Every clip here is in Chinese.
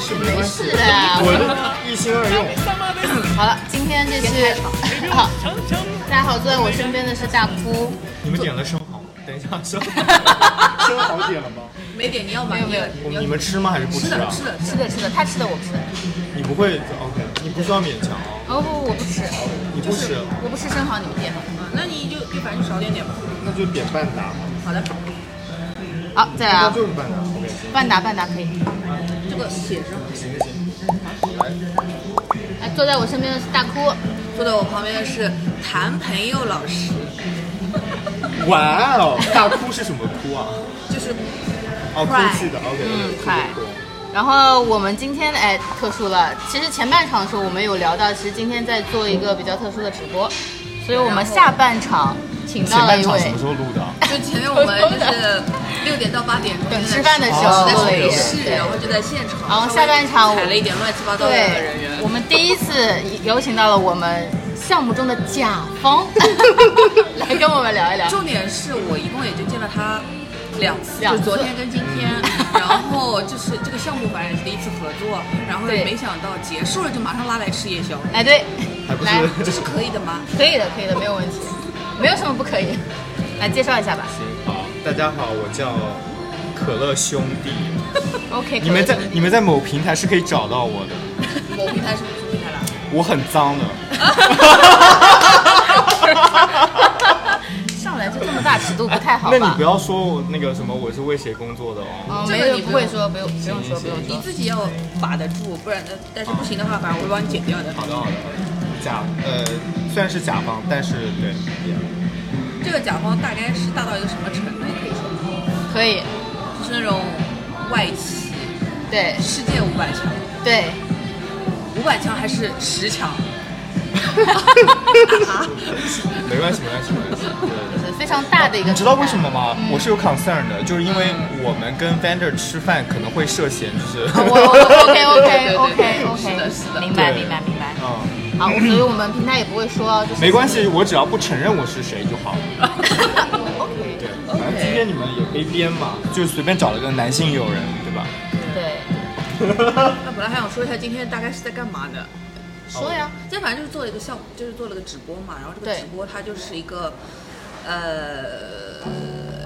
事，没没关系事，的。我一心二用。好了，今天这是 好，大家好，坐在我身边的是大哭， 你们点了生蚝吗？等一下，生蚝，生蚝点了吗？没点你要买，没有你我要们你们吃吗？还是不吃吃的啊？吃的吃吃的，的吃的，他吃的我不吃，你不会？OK，你不需要勉强哦。哦不不我不吃，你不吃，我不吃生蚝，你们点。啊那你就就反正就少点点吧。那就点半打吧，好的，好，再来那啊，就是半打。OK，半打半打可以。这个写上。行行行，哎，坐在我身边的是大哭，坐在我旁边的是谭培佑老师，哇哦，大哭是什么哭啊？就是哦，快哭泣的 OK，嗯快然后我们今天哎特殊了，其实前半场的时候我们有聊到，其实今天在做一个比较特殊的直播，所以我们下半场请前到了半一场什位么时候录的啊？就前面我们 就是六点到八点中等吃饭的时候候在对实对验室，然后就在现场，然后下半场踩了一点乱七八糟的人员对，，我们第一次有请到了我们项目中的甲方来跟我们聊一聊。重点是我一共也就见了他两次，两就次。昨天跟今天 然后就是这个项目反正也是第一次合作，然后对也没想到结束了就马上拉来吃 夜宵，哎，对，还不来，是这是可以的吗？可以的，可以的，没有问题，没有什么不可以。来介绍一下吧。好，大家好，我叫可乐兄弟。 OK，你们在可以你们在某平台是可以找到我的，某平台是不是平台了？我很脏的。上来就这么大尺度不太好那你吧不？要说我那个什么，我是为谁工作的哦。嗯，这没个有你不不会用说，不用不用说，不用你说。自己要把得住，不然的，呃但是不行的话，反正我会帮你剪掉的。好的好的，甲呃虽然是甲方，但是对，这个甲方大概是大到一个什么程度？可以说吗，可以，就是那种外企对世界五百强，对，五百强还是十强？没关系没关系没关系。对对对就是非常大的一 个。你知道为什么？吗？我是有 concern 的，就是因为我们跟 vendor 吃饭可能会涉嫌就是，哦我我 OK 对 OK 对 OK 是 OK，的是的明白对明白明白。嗯，好，所以我们平台也不会说，就是没关系，。我只要不承认我是谁就 好。 OK，对，反正今天你们也没编嘛，就随便找了个男性友人，对吧？对， 那本来还想说一下今天大概是在干嘛的，说呀，今天反正就是做了一个项目，就是做了个直播嘛，然后这个对直播它就是一个，呃，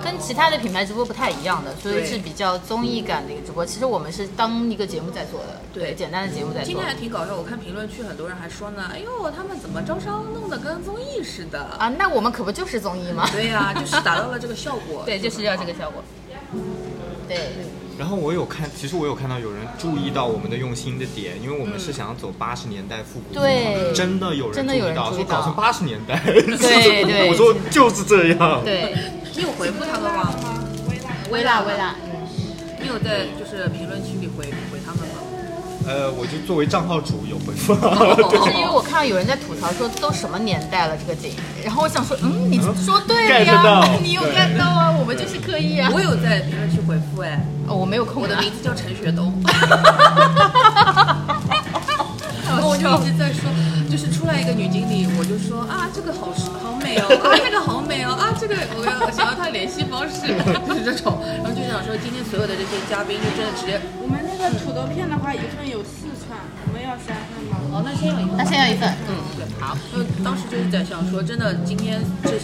跟其他的品牌直播不太一样的，所以是比较综艺感的一个直播。其实我们是当一个节目在做的，对简单的节目在今做天。还挺搞笑，我看评论区很多人还说呢，哎呦，他们怎么招商弄得跟综艺似的？啊，那我们可不就是综艺吗？。对呀、就是达到了这个效果 对，就是要这个效果。 对，然后我有看，其实我有看到有人注意到我们的用心的点，因为我们是想要走八十年代复古风，嗯对真的有真人的有人到，注意说到搞成八十年代， 对对我说就是这样，对，你有回复他们吗？微辣嗯微辣，你有在就是评论区里回回他们吗？呃，我就作为账号主有回复，是对因为我看到有人在吐槽说都什么年代了这个景，然后我想说，嗯，你说对了 get 到呀，你有 get 到啊，我们就是可以啊。我有在评论区回复哎，哦我没有空我的啊名字叫陈学冬。然我后我就就一直在说，就是出来一个女经理，我就说啊，这个好好美哦，啊，那个好美哦，啊，这个我要想要她联系方式， 就是这种。然后就想说，今天所有的这些嘉宾就真的直接，我们那个土豆片的话，一份有四串，我们要三份吗？哦，那先有一个 那先要一份，嗯，对，好。因为当时就是在想说，真的，今天这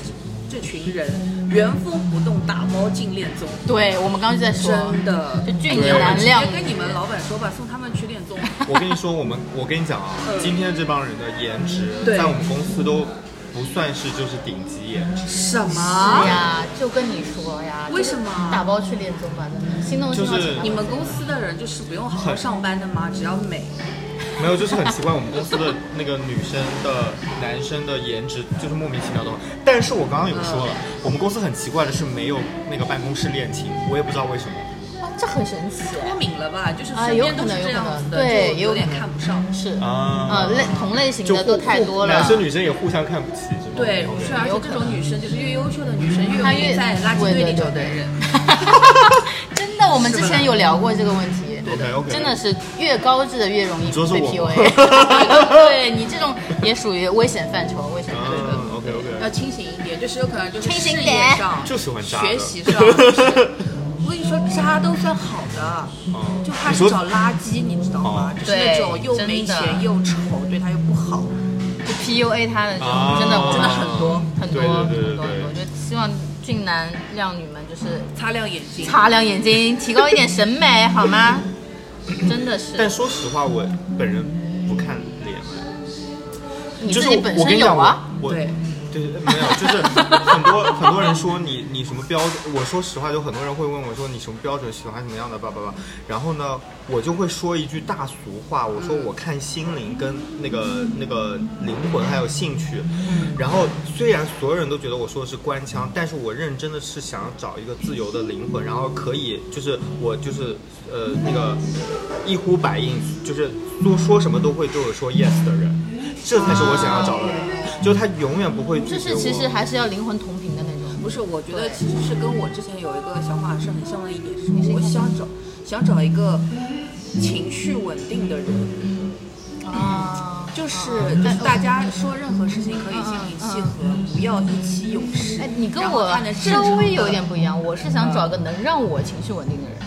这群人原封不动打包进恋综，对我们刚刚就在说，真的就俊对男难量直接跟你们老板说吧，送他们去恋综。 我跟你说，我们我跟你讲啊，嗯今天这帮人的颜值对在我们公司都不算是就是顶级颜值，什是么？哎呀，就跟你说呀，为什么打包去练综吧，真的心动心动就是请打包你们公司的人就是不用好好很上班的吗？只要美，没有，就是很奇怪，我们公司的那个女生的、男生的颜值就是莫名其妙的。但是我刚刚有说了，嗯我们公司很奇怪的是没有那个办公室恋情，我也不知道为什么。啊这很神奇哎脱敏了吧？就是啊身有边可都是能有这样可能子的，对就也有有点可能看不上。是啊呃，类同类型就的都互太多了，男生女生也互相看不起，是吗？对，是而嗯且有可这能种女生就是越优秀的女生越她容越易在垃圾堆里找男人。 真的，我们之前有聊过这个问题， OK OK，真的是越高质的越容易你说是被我吗 PUA。对你这种也属于危险范畴，危险范畴。嗯，OK 要呃 OK，清醒一点，就是有可能就是清醒事点业上、 就喜欢渣的 学习上。就是我跟你说，渣都算好的，哦就怕你是说找垃圾，你知道吗哦？就是那种对又没真的钱又丑，对他又不好。就 PUA 他的这种，啊真的我真的很多很多对很对对多对很多对，我觉得希望俊男靓女们就是擦亮眼睛，擦亮眼睛，提高一点审美好 吗？真的是，但说实话，我本人不看脸，你就是自己我本我跟身你讲有啊，，我我对对，没有，就是很多很多人说你你什么标准，我说实话，有很多人会问我说你什么标准喜欢什么样的叭叭叭，然后呢，我就会说一句大俗话，我嗯说我看心灵跟那个那个灵魂还有兴趣，嗯然后虽然所有人都觉得我说的是官腔，但是我认真的是想找一个自由的灵魂，然后可以就是我就是呃那个一呼百应，就是说说什么都会对我说 yes 的人，这才是我想要找的人。就他永远不会拒就绝是我。其实还是要灵魂同频的那种。不是，我觉得对其实是跟我之前有一个想法是很像的一点，是什么我想找想找一个情绪稳定的人，啊，就是嗯就是大家说任何事情可以心平气和，不要意气用事。哎，你跟然后我看得正稍常微的有一点不一样，我是想找一个能让我情绪稳定的人。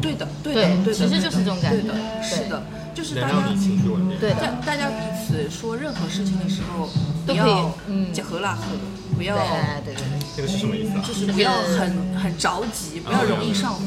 对的，对对的，对的，其实对就是的这种感对觉的，对是的，就是能大家让你情绪稳定。对大的，大家彼此说任何事情的时候，都不可以要嗯结合辣合，不要对对对对，这个是什么意思啊？。就是不要很很着急，不要容易上火，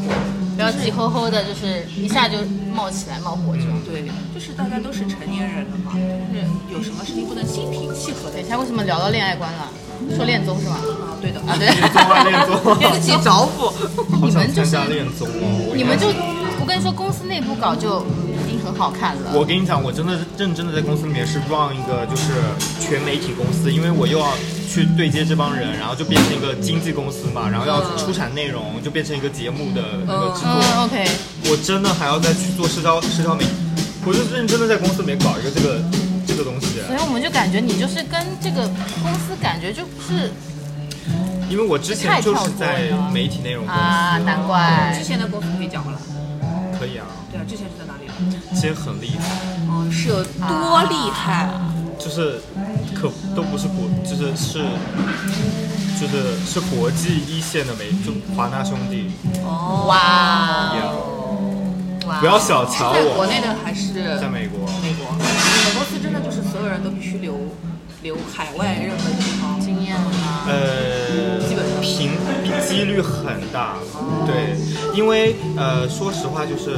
不要急吼吼的，就是一下就冒起来冒火这种。对，就是大家都是成年人了嘛，就是有什么事情不能心平气和的等一下，为什么聊到恋爱观了？说恋综是吗？啊，对的 啊，对综啊，恋 综啊，自己找补，好你想们就参是加恋综哦。我你们就应我跟你说，公司内部搞就已经很好看了。该我跟你讲，我真的是认真的在公司里面是 run 一个就是全媒体公司，因为我又要去对接这帮人，然后就变成一个经纪公司嘛，然后要出产内容，就变成一个节目的那个制作。嗯，OK，我真的还要再去做社交社交媒体，我就认真的在公司里面搞一个这个这个东西。所以我们就感觉你就是跟这个公司感觉就不是因为我之前就是在媒体内容公司啊，难怪之前的公司可以讲了，可以啊，对啊，之前是在哪里？其实很厉害，哦嗯，是有多厉害？啊就是可都不是国，就是是就是是国际一线的媒，就华纳兄弟，哦，哇哇，不要小瞧在国我，内的还是在美国，美国，你们公司真的就是所有人都必须留留海外任何地方。惊艳了。呃，嗯基本上频几率很大，对，因为呃，说实话就是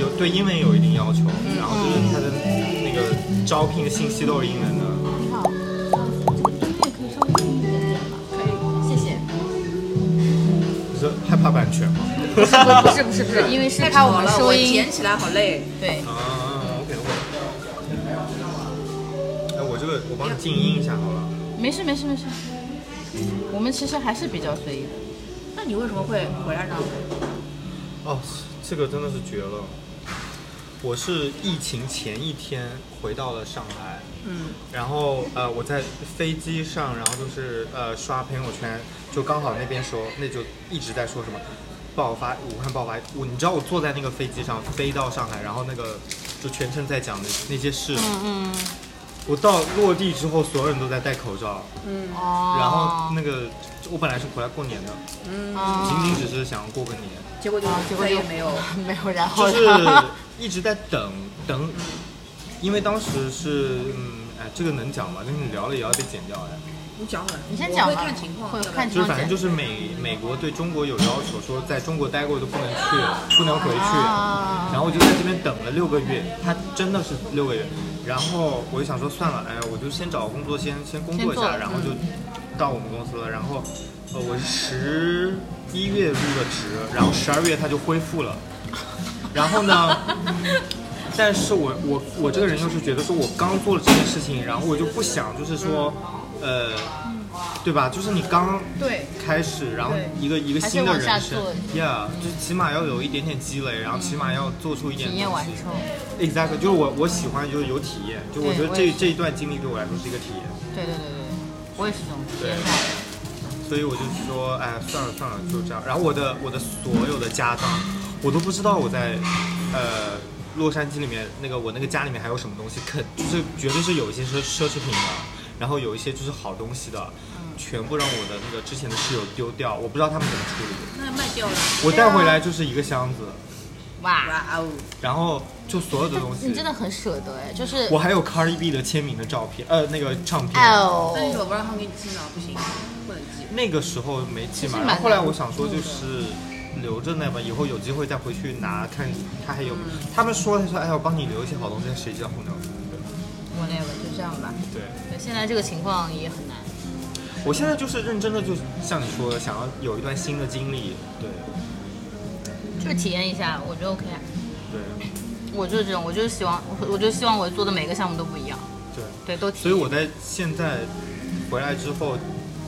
有对英文有一定要求，然后就是他的那个招聘的信息都是英文的，你好，这个音乐可以稍微轻一点点吗？可以，谢谢。你是害怕版权吗？ 不是不是不是，因为是怕我们了，收我音捡起来好累。对。啊，OK OK。哎，我这个我帮你静音一下好了。没事没事没事，我们其实还是比较随意的。那你为什么会回来呢？哦，这个真的是绝了。我是疫情前一天回到了上海，嗯，然后呃我在飞机上，然后就是呃刷朋友圈，就刚好那边说那就一直在说什么爆发武汉爆发，我你知道我坐在那个飞机上飞到上海，然后那个就全程在讲的那些事，嗯我到落地之后，所有人都在戴口罩，嗯。哦。然后那个我本来是回来过年的，哦仅仅只是想过个年，结果就啊结果再就也没有。 没有然后就了。是一直在等等，因为当时是嗯，哎，这个能讲吗？跟你聊了也要被剪掉哎，你讲好了，你先讲我吧，会看情况，会对吧看情就是反况正剪。就是美美国对中国有要求，说在中国待过就不能去，不能回去，啊然后我就在这边等了六个月，他真的是六个月，然后我就想说算了，哎，我就先找个工作，先先工作一先做下，然后就到我们公司了，然后呃我是十一月入的职，然后十二月他就恢复 了，然后呢，但是我我我这个人又是觉得说我刚做了这件事情，然后我就不想就是说，呃，对吧？就是你刚对开始，然后对一个一个还是新的往人下生做，yeah，就起码要有一点点积累，然后起码要做出一点体验东完西之后， Exactly，就是我我喜欢就是有体验，就我对觉得我这也是这一段经历对我来说是一个体验，对对对对，我也是这种体验对派。所以我就说，哎，算了算了，就这样。然后我的我的所有的家当，我都不知道我在，呃，洛杉矶里面那个我那个家里面还嗯有什么东西，肯就是绝对是有一些奢奢侈品的，然后有一些就是好东西的，全部让我的那个之前的室友丢掉，我不知道他们怎么处理。那卖掉了。我带回来就是一个箱子，哇，哇哦！然后就所有的东西哎你，真的很舍得哎，就是我还有 Cardi B 的签名的照片，呃，那个唱片。 但是哦，我不让他们给你寄呢，不行，不能寄。那个时候没寄嘛其，实蛮然后后来我想说就是留着那吧，以后有机会再回去拿看他还有没有。他们说他说哎，我帮你留一些好东西，谁知道后面有什么我那个就这样吧。对，对，现在这个情况也很难。我现在就是认真的，就是像你说的，想要有一段新的经历。对就是体验一下，我觉得 OK 啊。对我就是这种，我就是希望，我我就希望我做的每个项目都不一样，对，对，都体验。所以我在现在回来之后。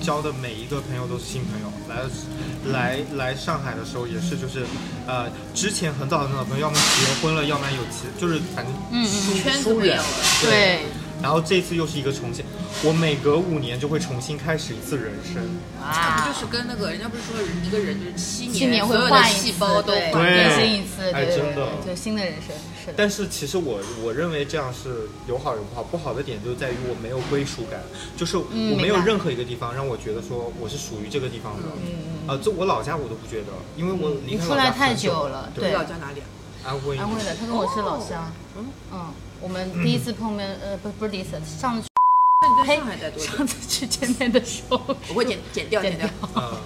交的每一个朋友都是新朋友，来来来上海的时候也是，就是，呃，之前很早很早的朋友，要么结婚了，要不然有其，就是反正嗯嗯，圈子疏没有远了，对，然后这次又是一个重新，我每隔五年就会重新开始一次人生。那哇，不就是跟那个人家不是说人一个人就是七年，七年会所有的换一次细胞都对换对更新一次，哎对对真的对，对新的人生是的。但是其实我我认为这样是有好有不好，不好的点就在于我没有归属感，就是我嗯没明有白嗯任何一个地方让我觉得说我是属于这个地方的。呃，这我老家我都不觉得，因为我离你开出老家来很太久久了了你对老家哪里啊？安徽安徽的，他跟我是老乡，嗯我们嗯第一次碰面，呃，不不是第一次，上次 那你在上海待多久？上次去见面的时候我会剪剪掉，剪剪掉掉。，呃，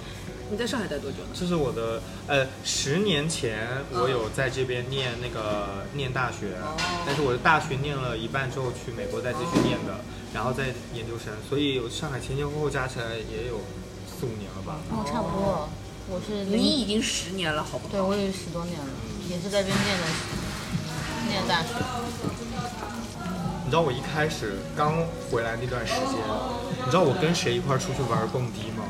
你在上海待多久呢？这是我的呃，十年前我有在这边念那个念大学，哦但是我的大学念了一半之后去美国再继续念的，然后再研究生，所以我上海前前后后加起来也有四五年了吧。哦，差不多，我是你零已经十年了，好不好？对，我有十多年了，也是在这边念的，念大学。你知道我一开始刚回来那段时间，你知道我跟谁一块儿出去玩蹦迪吗？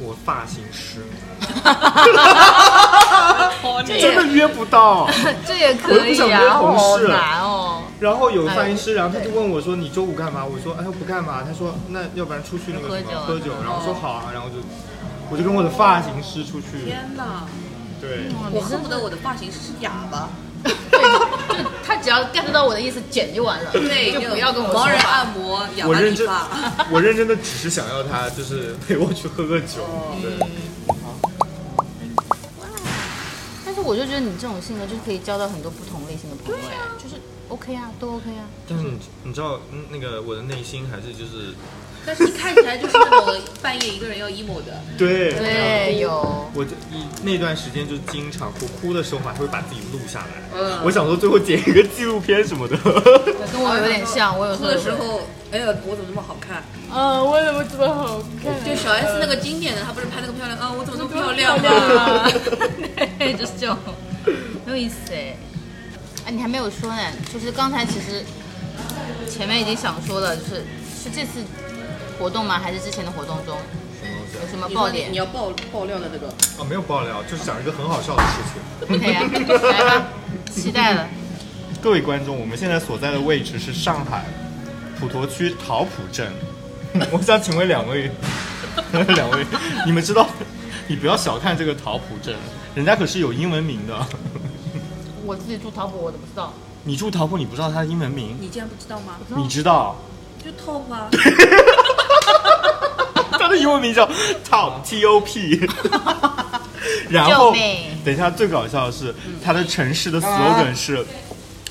我发型师，真这也的约不到。 这也我又可不想以跟啊，同好事难 哦。然后有个发型师，然后他就问我说：“你周五干嘛？”我说：“哎，不干嘛。”他说：“那要不然出去那个什么喝喝酒酒。”然后我说：“好啊。”然后就我就跟我的发型师出去，天哪！哦对，我恨不得我的发型师是哑巴。对，就他只要 get 到我的意思，剪就完了，对，就不要跟我说盲话人按摩，哑我巴认理真发。， 我认真的只是想要他就是陪我去喝个酒，对。但是我就觉得你这种性格就可以交到很多不同类型的朋友，哎就是 OK 啊，都 OK 啊。但是你你知道，嗯那个我的内心还是就是 但是你看起来就是那种半夜一个人要 emo 的，对对，有。我就一那段时间就经常哭，哭的时候我还会把自己录下来。嗯我想说最后剪一个纪录片什么的。跟我有点像，我有哭的也时会，候，哎呀，我怎么那么好看？呃嗯，我怎么这么好看？就小 S 那个经典的，她不是拍那个漂亮啊，我怎么那么漂亮漂啊？亮啊！对，就是这种，很有意思哎。哎，你还没有说呢，就是刚才其实前面已经想说了，就是是这次活动吗？还是之前的活动中什么东西有什么 你爆说你点你？要爆爆料的那个，啊？没有爆料，就是讲一个很好笑的事情。可以啊，来吧，期待了。各位观众，我们现在所在的位置是上海普陀区桃浦镇。 我想请问两位， 两位，你们知道，你不要小看这个桃浦镇，人家可是有英文名的。我自己住淘宝，我都不知道。你住桃浦，你不知道它的英文名？你竟然不知道吗？你知道？就 top 啊， 它的英文名叫 Top T O P。然救后命，嗯等一下，最搞笑的是，它的城市的 slogan 是。啊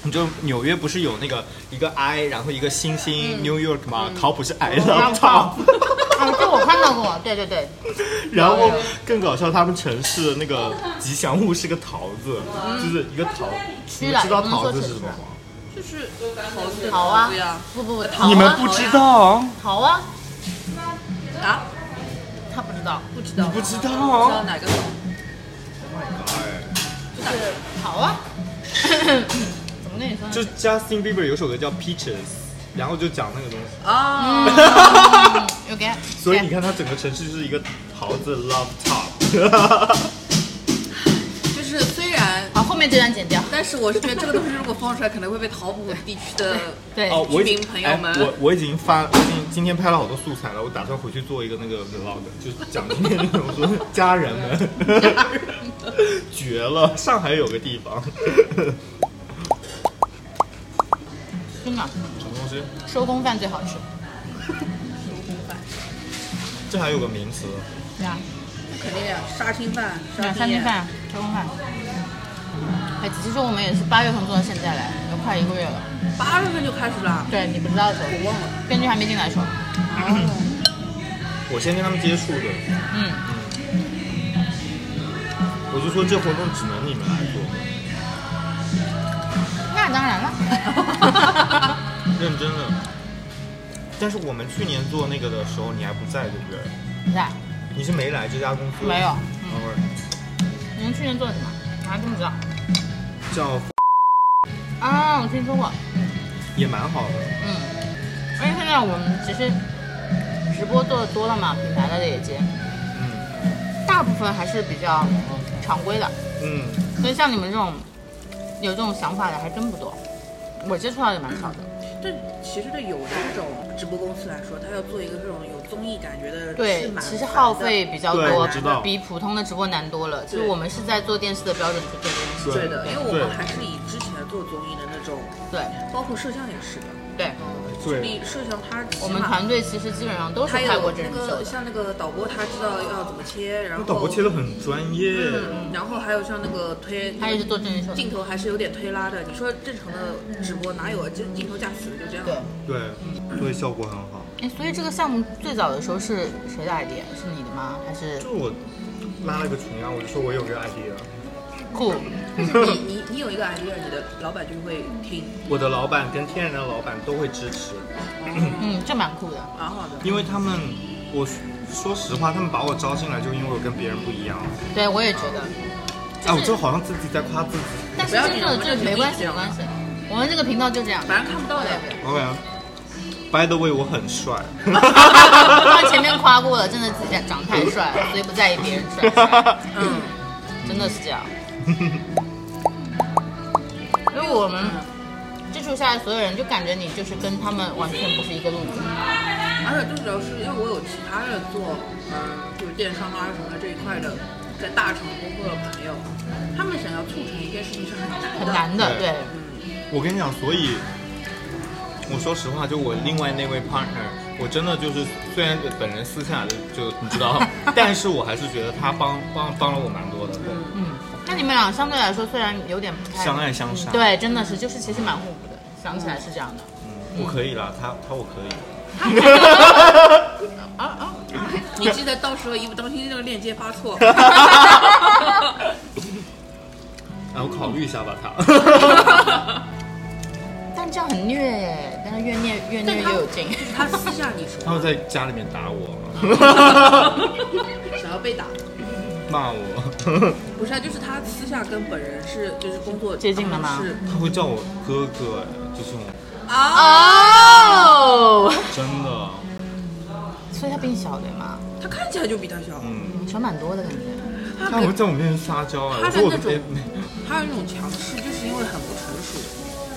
你就纽约不是有那个一个 I，然后一个星嗯星、New York 嘛，考普是 I love top， 啊，这我看到过，对对对，然后更搞笑，他们城市的那个吉祥物是个桃子，就是一个桃，你嗯吃们了知道也不能桃说子是吃什么吗？就是桃子的好啊桃子呀，，不不不，好啊，你们不知道？好啊，啊，他不知道，不知道，不知道不知道哪个桃？就是好啊。怎么跟你说呢？就 Justin Bieber 有首歌叫 Peaches，然后就讲那个东西。啊，有给，所以你看，它整个城市就是一个桃子 love top。就是虽然，好，后面这段剪掉。但是我是觉得这个东西如果放出来，可能会被桃浦地区的对，哦，我已经居民朋友们哎我我已经发，我已经今天拍了好多素材了，我打算回去做一个那个 vlog，就是讲今天那种说家人们，绝了！上海有个地方，什真的，么东西？收工饭最好吃。这这还有个名词，对啊，肯定呀，杀青饭，两三青顿，饭，周公饭。哎，其实我们也是八月份做到现在来，有快一个月了。八月份就开始了，对你不知道的时候，我忘了。编剧还没进来的时候，哦，我先跟他们接触的，嗯，我就说这活动只能你们来做，那当然了。 认真的。但是我们去年做那个的时候，你还不在，对不对？你在？你是没来这家公司？没有嗯偶尔你们去年做的什么？我还真不知道。叫啊，我听说过。也蛮好的，嗯，而且现在我们其实直播做的多了嘛，品牌类的也接，嗯大部分还是比较常规的。嗯。所以像你们这种有这种想法的还真不多，我接触到也蛮少的。这其实对有的这种直播公司来说，他要做一个这种有综艺感觉的，是对，蛮其实烦的耗费比较对我多知道，比普通的直播难多了。其实对我们是在做电视的标准去做这件事情。对的，因为我对们还是以之前做综艺的那种，对包括摄像也是的，对，对你摄像他起码我们团队其实基本上都是他拍过有真那人秀个的。像那个导播，他知道要怎么切，然那后导播切的很专业，嗯，然后还有像那个推，他也是做真人秀的，镜头还是有点推拉的。你说正常的直播哪有啊？就镜头架死了就这样。对，对，所以效果很好。哎，所以这个项目最早的时候是谁的 idea？是你的吗？还是就是我拉了个群啊，我就说我有个 idea，酷？嗯但是你你你有一个 idea，你的老板就会听，我的老板跟天然的老板都会支持，嗯，这蛮酷的。蛮好的。因为他们，我说实话，他们把我招进来就因为我跟别人不一样。对，我也觉得。哎，我这好像自己在夸自己。但是嗯不要真紧的我们这这没频关率系，这没样关嘛系。我们这个频道就 这样， 反正看不到的对呀。对。 OK。By the way，我很帅。 他前面夸过了，真的自己长得太帅了，所以不在意别人帅不帅， 嗯，真的是 这样。因为我们接触下来所有人，就感觉你就是跟他们完全不是一个路子。而且最主要是因为我有其他的做，嗯，就是电商啊什么的这一块的，在大厂工作的朋友，他们想要促成一件事情是很难的。嗯很难的，对对，我跟你讲，所以我说实话，就我另外那位 partner，我真的就是虽然本人私下就就你知 道，但是我还是觉得他帮帮帮了我蛮多的，对嗯。那你们俩相对来说虽然有点不太相爱相杀。对，真的是就是其实蛮互补的，想起来是这样的。嗯，我可以啦，他他我可 以。啊啊！你记得到时候一不当心那个链接发 错。哎，我考虑一下吧， 他。但这样很虐耶，但是越虐越虐越有 劲。他私下你说他会在家里面打 我，嗯想要被打，骂我，不是啊，就是他私下跟本人是就是工作接近了吗是他会叫我哥哥，哎就这种，啊，哦，真的，所以他比你小对吗？他看起来就比他小，嗯，小蛮多的感觉。他他会跟在我面前撒娇啊，他我说我都的那种别没，他有一种强势，就是因为很不成熟。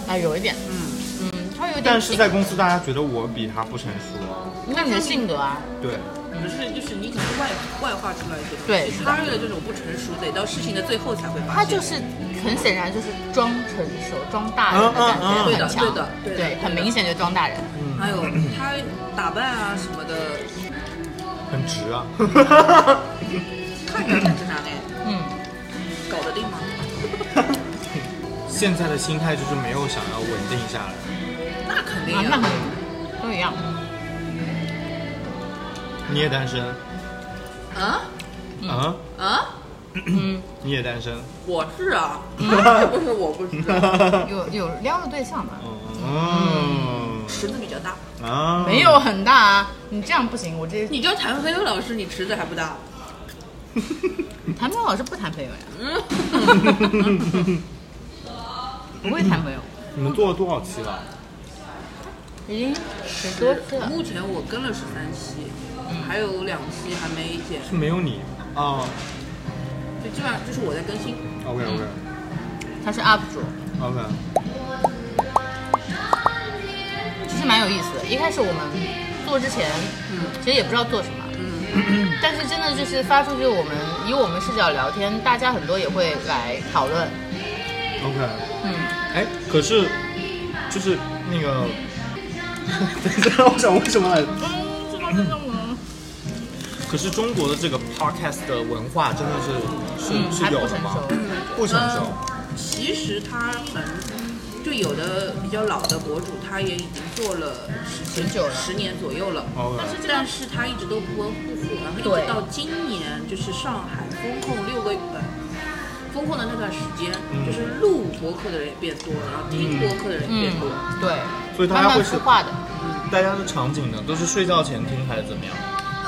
哎，有一点，嗯嗯，他有点，但是在公司大家觉得我比他不成哦熟，啊那你的性格啊，对。可是就是你可能外外化出来一点，对他的这种不成熟，得到事情的最后才会他发现。就是很显然就是装成熟、装大人的嗯感嗯嗯觉很强，对的对的对的对的很明显就装大人。还有他打扮啊什么的，很直啊， 看起来很正常哎，嗯，搞得定吗？现在的心态就是没有想要稳定下来。那肯定啊，那呀很。都一样。你也单身啊啊？啊！嗯，你也单身？ 我是啊，他是不是我不知道，有有撩的对象吗？嗯池子比较大。嗯啊，没有很大啊，你这样不行，我这你叫谭飞老师，你池子还不 大？谈朋友是不谈朋友呀，嗯，不会谈朋友，你们做了多少期了？已经十多次了。目前我跟了十三期，还有两期还没剪，是没有你啊就基本上就是我在更新。 ？OK OK 他是 UP 主， OK，其实蛮有意思的。一开始我们做之前，其实也不知道做什么，但是真的就是发出去，我们以我们视角聊天，大家很多也会来讨论， OK，嗯，哎，可是就是那 个， 等一下，我想为什么来？可是中国的这个 podcast 的文化真的是是、嗯，还是不有的成吗？熟。不成熟，其实他很，就有的比较老的博主，他也已经做了十很久了十年左右了。 OK 但是他一直都不温不火，然后一哦对直到今年，就是上海封控六个月，呃封控的那段时间，嗯就是录播客的人也变多了，然后听播客的人也变多了。嗯，对，所以大慢家慢会孵是化的，大家的场景呢，都是睡觉前听还是怎么样？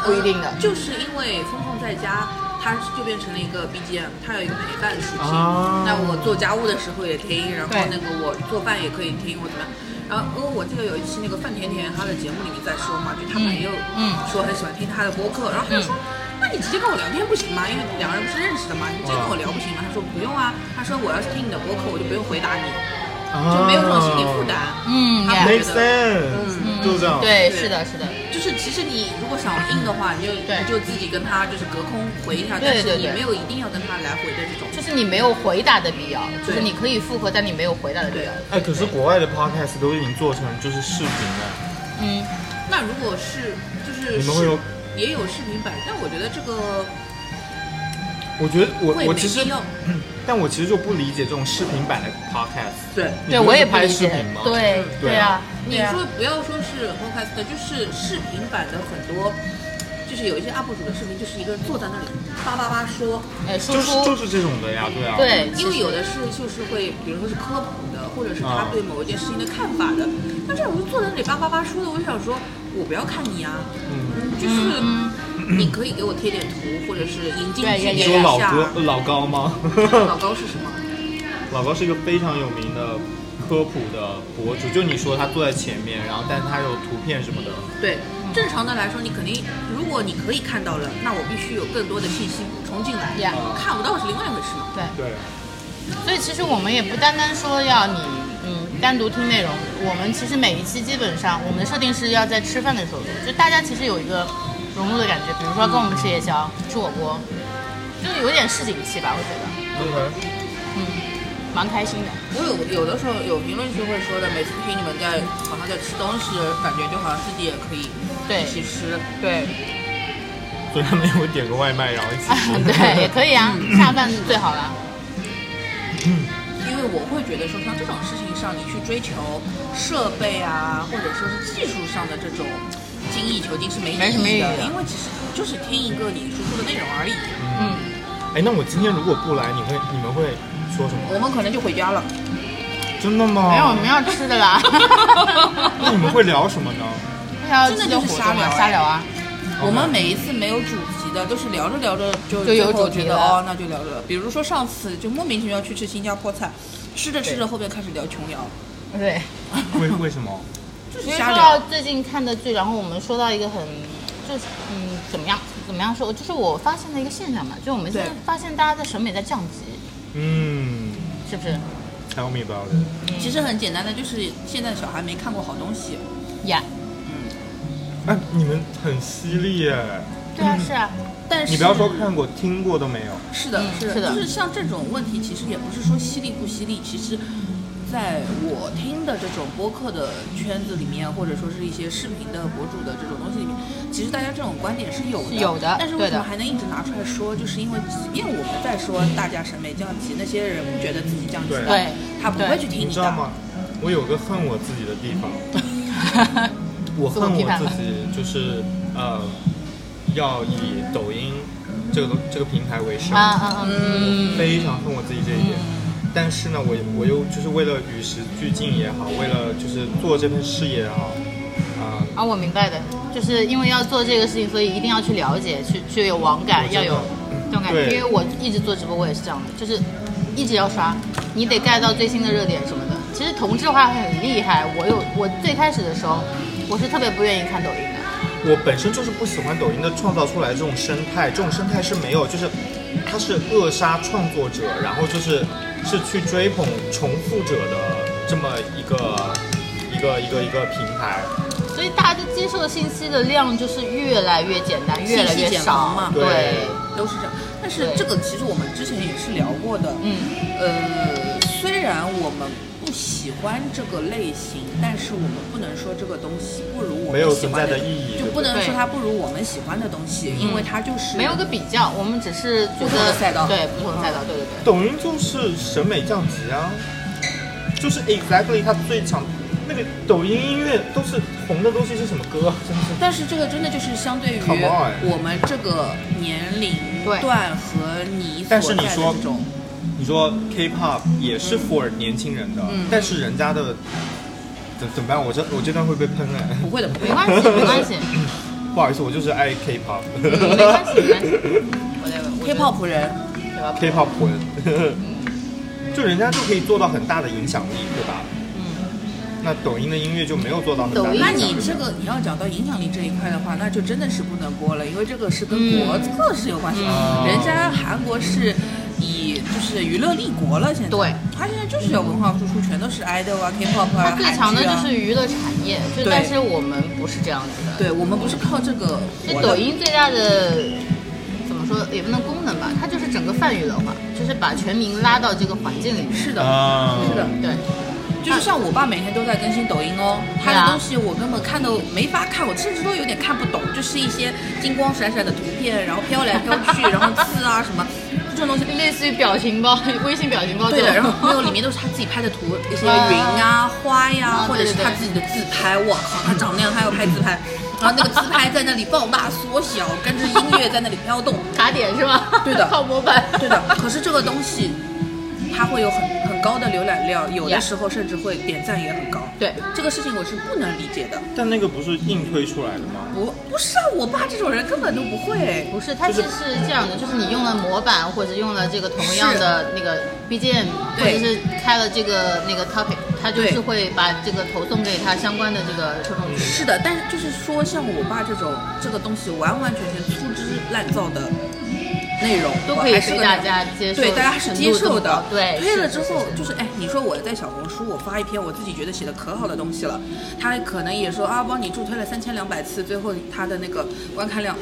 不一定的呃就是因为风控在家，它就变成了一个 BGM，它有一个陪伴属性。啊那我做家务的时候也听，然后对那个我做饭也可以听，我怎么样？然后因为我记得有一期那个范甜甜她的节目里面在说嘛，就他们也有嗯嗯嗯说很喜欢听她的播客，然后她就说。那你直接跟我聊天不行吗？因为两个人不是认识的嘛，嗯你直接跟我聊不行吗？他说不用啊，他说我要是听你的播客，我就不用回答你，啊就没有这种心理负担。嗯他 yeah 们 Make 觉得啊 sense，就这样。嗯对，对是的，是的，就是其实你如果想硬的话，你就对你就自己跟他就是隔空回一下，对但是对你对没有一定要跟他来回的这种。就是你没有回答的必要，就是对你可以复合，但你没有回答的必啊要。哎，可是国外的 podcast 都已经做成就是视频了，嗯，那如果是就是你们会有视也有视频版，但我觉得这个我觉得我会我没其实必，要。 但我其实就不理解这种视频版的 podcast。对，你对不我是也不拍理视解频吗？，对对啊啊，你对啊说不要说是 podcast，就是视频版的很多，就是有一些 UP 主的视频，就是一个人坐在那里叭叭叭说，哎，输就是就出，是这种的呀，对啊。对，其因为实有的是就是会，比如说是科普的，或者是啊他对某一件事情的看法的。那这种就坐在那里叭叭叭说的，我就想说，我不要看你啊，嗯就是嗯你可以给我贴点图，或者是引经对据也典你也一说下。老哥老高吗？ 老高是什么？老高是一个非常有名的科普的博主，就你说他坐在前面，然后但他有图片什么的。对，正常的来说，你肯定，如果你可以看到了，那我必须有更多的信息补充进来。 Yeah 看不到是另外一回事嘛。对。对，所以其实我们也不单单说要你嗯单独听内容，我们其实每一期基本上我们的设定是要在吃饭的时候录，就大家其实有一个融入的感觉，比如说跟我们吃夜宵、吃火锅，就是有点市井气吧，我觉得， OK，嗯，蛮开心的。我有有的时候有评论区会说的，每次听你们在好像在吃东西，感觉就好像自己也可以对一起吃。对，所以他们也会点个外卖，然后一起吃。 对，也可以啊，下饭最好了。因为我会觉得说，像这种事情上，你去追求设备啊，或者说是技术上的这种精益求精是没没什么意义意义的的，因为其实就是听一个你输出的内容而已。嗯，哎，那我今天如果不来，你会你们会说什么？我们可能就回家了。真的吗？没有我们要吃的 啦。那你们会聊什么 呢？还要自己活真的就是瞎动聊啊，哎瞎聊啊。我们每一次没有主题的，都是聊着聊着就就有最后主题觉得了哦，那就聊着。比如说上次就莫名其妙去吃新加坡菜，吃着吃着后面开始聊琼瑶，对，为为什么？ 就是因为瞎说到聊。最近看的剧，然后我们说到一个很，就是嗯，怎么样怎么样说，就是我发现的一个现象嘛，就我们现在对发现大家的审美在降级，嗯是不是？ ，Tell me about it。其实很简单的，就是现在小孩没看过好东西，呀、哎，你们很犀利耶！对啊，是 啊，但是你不要说看过，听过都没有。是的嗯，是的，是的就是像这种问题，其实也不是说犀利不犀利，其实。在我听的这种播客的圈子里面，或者说是一些视频的博主的这种东西里面，其实大家这种观点是有的，是有的但是对为的什么还能一直拿出来说？就是因为即便我们在说大家审美降级，那些人觉得自己降级对了对，他不对会去听你你知道的。吗？我有个恨我自己的地方，嗯我自我恨批判我吧自己，就是呃，要以抖音这个东这个平台为生，啊嗯啊嗯，非常恨我自己这一点。但是呢，我我又就是为了与时俱进也好，为了就是做这份事业也好，啊、啊，我明白的，就是因为要做这个事情，所以一定要去了解，去去有网我感，知要道有这种感觉。对因为我一直做直播，我也是这样的，就是一直要刷，你得 get 到最新的热点什么的。其实同质化很厉害，我有我最开始的时候，我是特别不愿意看抖音的，我本身就是不喜欢抖音的创造出来这种生态，这种生态是没有，就是它是扼杀创作者，然后就是是去追捧重复者的这么一个一个一个一个平台。所以大家接受的信息的量就是越来越简单，越来信越息简少盲嘛对，对都是这样。但是对这个其实我们之前也是聊过的，嗯，呃，虽然我们不不喜欢这个类型，但是我们不能说这个东西不如我们没有喜存欢在的意义就对不不对能说对嗯它不如我们喜欢的东西，因为它就是没有个比较，我们只是觉不同得的赛道对不同的赛道，对对对。抖音就是审美降级啊，就是 exactly 它最强那个抖音音乐都是红的东西是什么歌啊？真是但是这个真的就是相对于 Come on 我们这个年龄对段和你但所是在你的说这种，你说 K-pop 也是 for 年轻人的，嗯但是人家的怎怎么办？我这我这段会被喷哎，不会的，不会没的。关系，没关系，不好意思，我就是爱 K-pop，嗯没关系，没关系。我来我觉得 K-pop 人， K-pop 魂，嗯就人家就可以做到很大的影响力，对吧？嗯，那抖音的音乐就没有做到很大抖的音影那响你力。这个你要讲到影响力这一块的话，那就真的是不能播了，因为这个是跟嗯国策是有关系的。嗯人家韩国是以就是娱乐立国了，现在对，他现在就是有文化输出，全都是 idol 啊、K-pop 啊、它最强的韩剧就啊是娱乐产业，就对但是我们不是这样子的。对我们不是靠这个这火的抖音最大的怎么说也不能功能吧，它就是整个泛娱乐化，就是把全民拉到这个环境里面。是的，啊，是的，对，就是像我爸每天都在更新抖音哦，他对的啊东西我根本看都没法看，我甚至都有点看不懂，就是一些金光闪闪的图片，然后飘来飘去，然后字啊什么这种东西。类似于表情包、 微信表情包这哦对种。的，然后没有里面都是他自己 拍的图，一些云啊、花呀、啊或者是对对对他自己的自拍。我靠，他长那样，他要拍自 拍，然后那个自拍在那里放大缩小，跟着音乐在那里飘 动。卡点是吧？对的靠模板。对的，可是这个东西，它会有很很高的浏览量，有的 Yeah 时候甚至会点赞也很高。对，这个事情我是不能理解的。但那个不是硬推出来的吗？不，不是啊，我爸这种人根本都不会。不是，它其实是这样的，就是你用了模板或者用了这个同样的那个 BGM，或对者是开了这个那个 topic，它就对是会把这个投送给它相关的这个受众群。是的，但是就是说，像我爸这种这个东西完完全全粗制滥造的内容，都我可以还是被个大人家接受对大家是程接度这受么的高。对推了是之是后是就是哎，你说我在小红书我发一篇我自己觉得写的可好的东西了，他可能也说啊，帮你助推了三千两百次，最后他的那个观看量。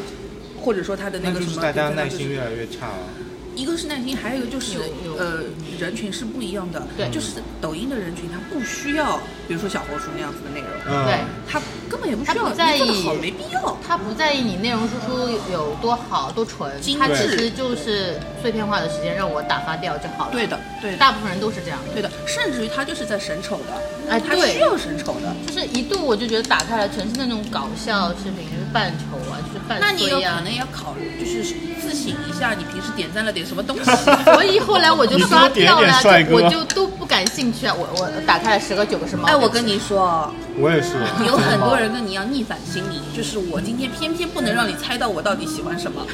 或者说他的那那个就什是么，大家点赞耐量就是心越来越差啊了。一个是耐心，还有一个就是有有呃，人群是不一样的。对就是抖音的人群，他不需要，比如说小红书那样子的内容，嗯对，他根本也不需要。他不在意你做的好没必要。它不在意你内容输出有多好多纯精，它致只是就是碎片化的时间让我打发掉就好了。对，的，对的，大部分人都是这样的。对的，甚至于他就是在审丑的，嗯哎他对需要审丑的。就是一度我就觉得打开来全是那种搞笑视频，就是扮丑啊，就是扮那你衰有可啊。能要考虑，就是自省一下，你平时点赞了点什么东 西。所以后 来我就你多刷点掉点了，帅就我哥就都不感兴趣啊。我我打开了十个九个是猫。哎，我跟你说 哦，我也是。有很多人跟你一样逆反心理， 就是我今天偏偏不能让你猜到我到底喜欢 什么，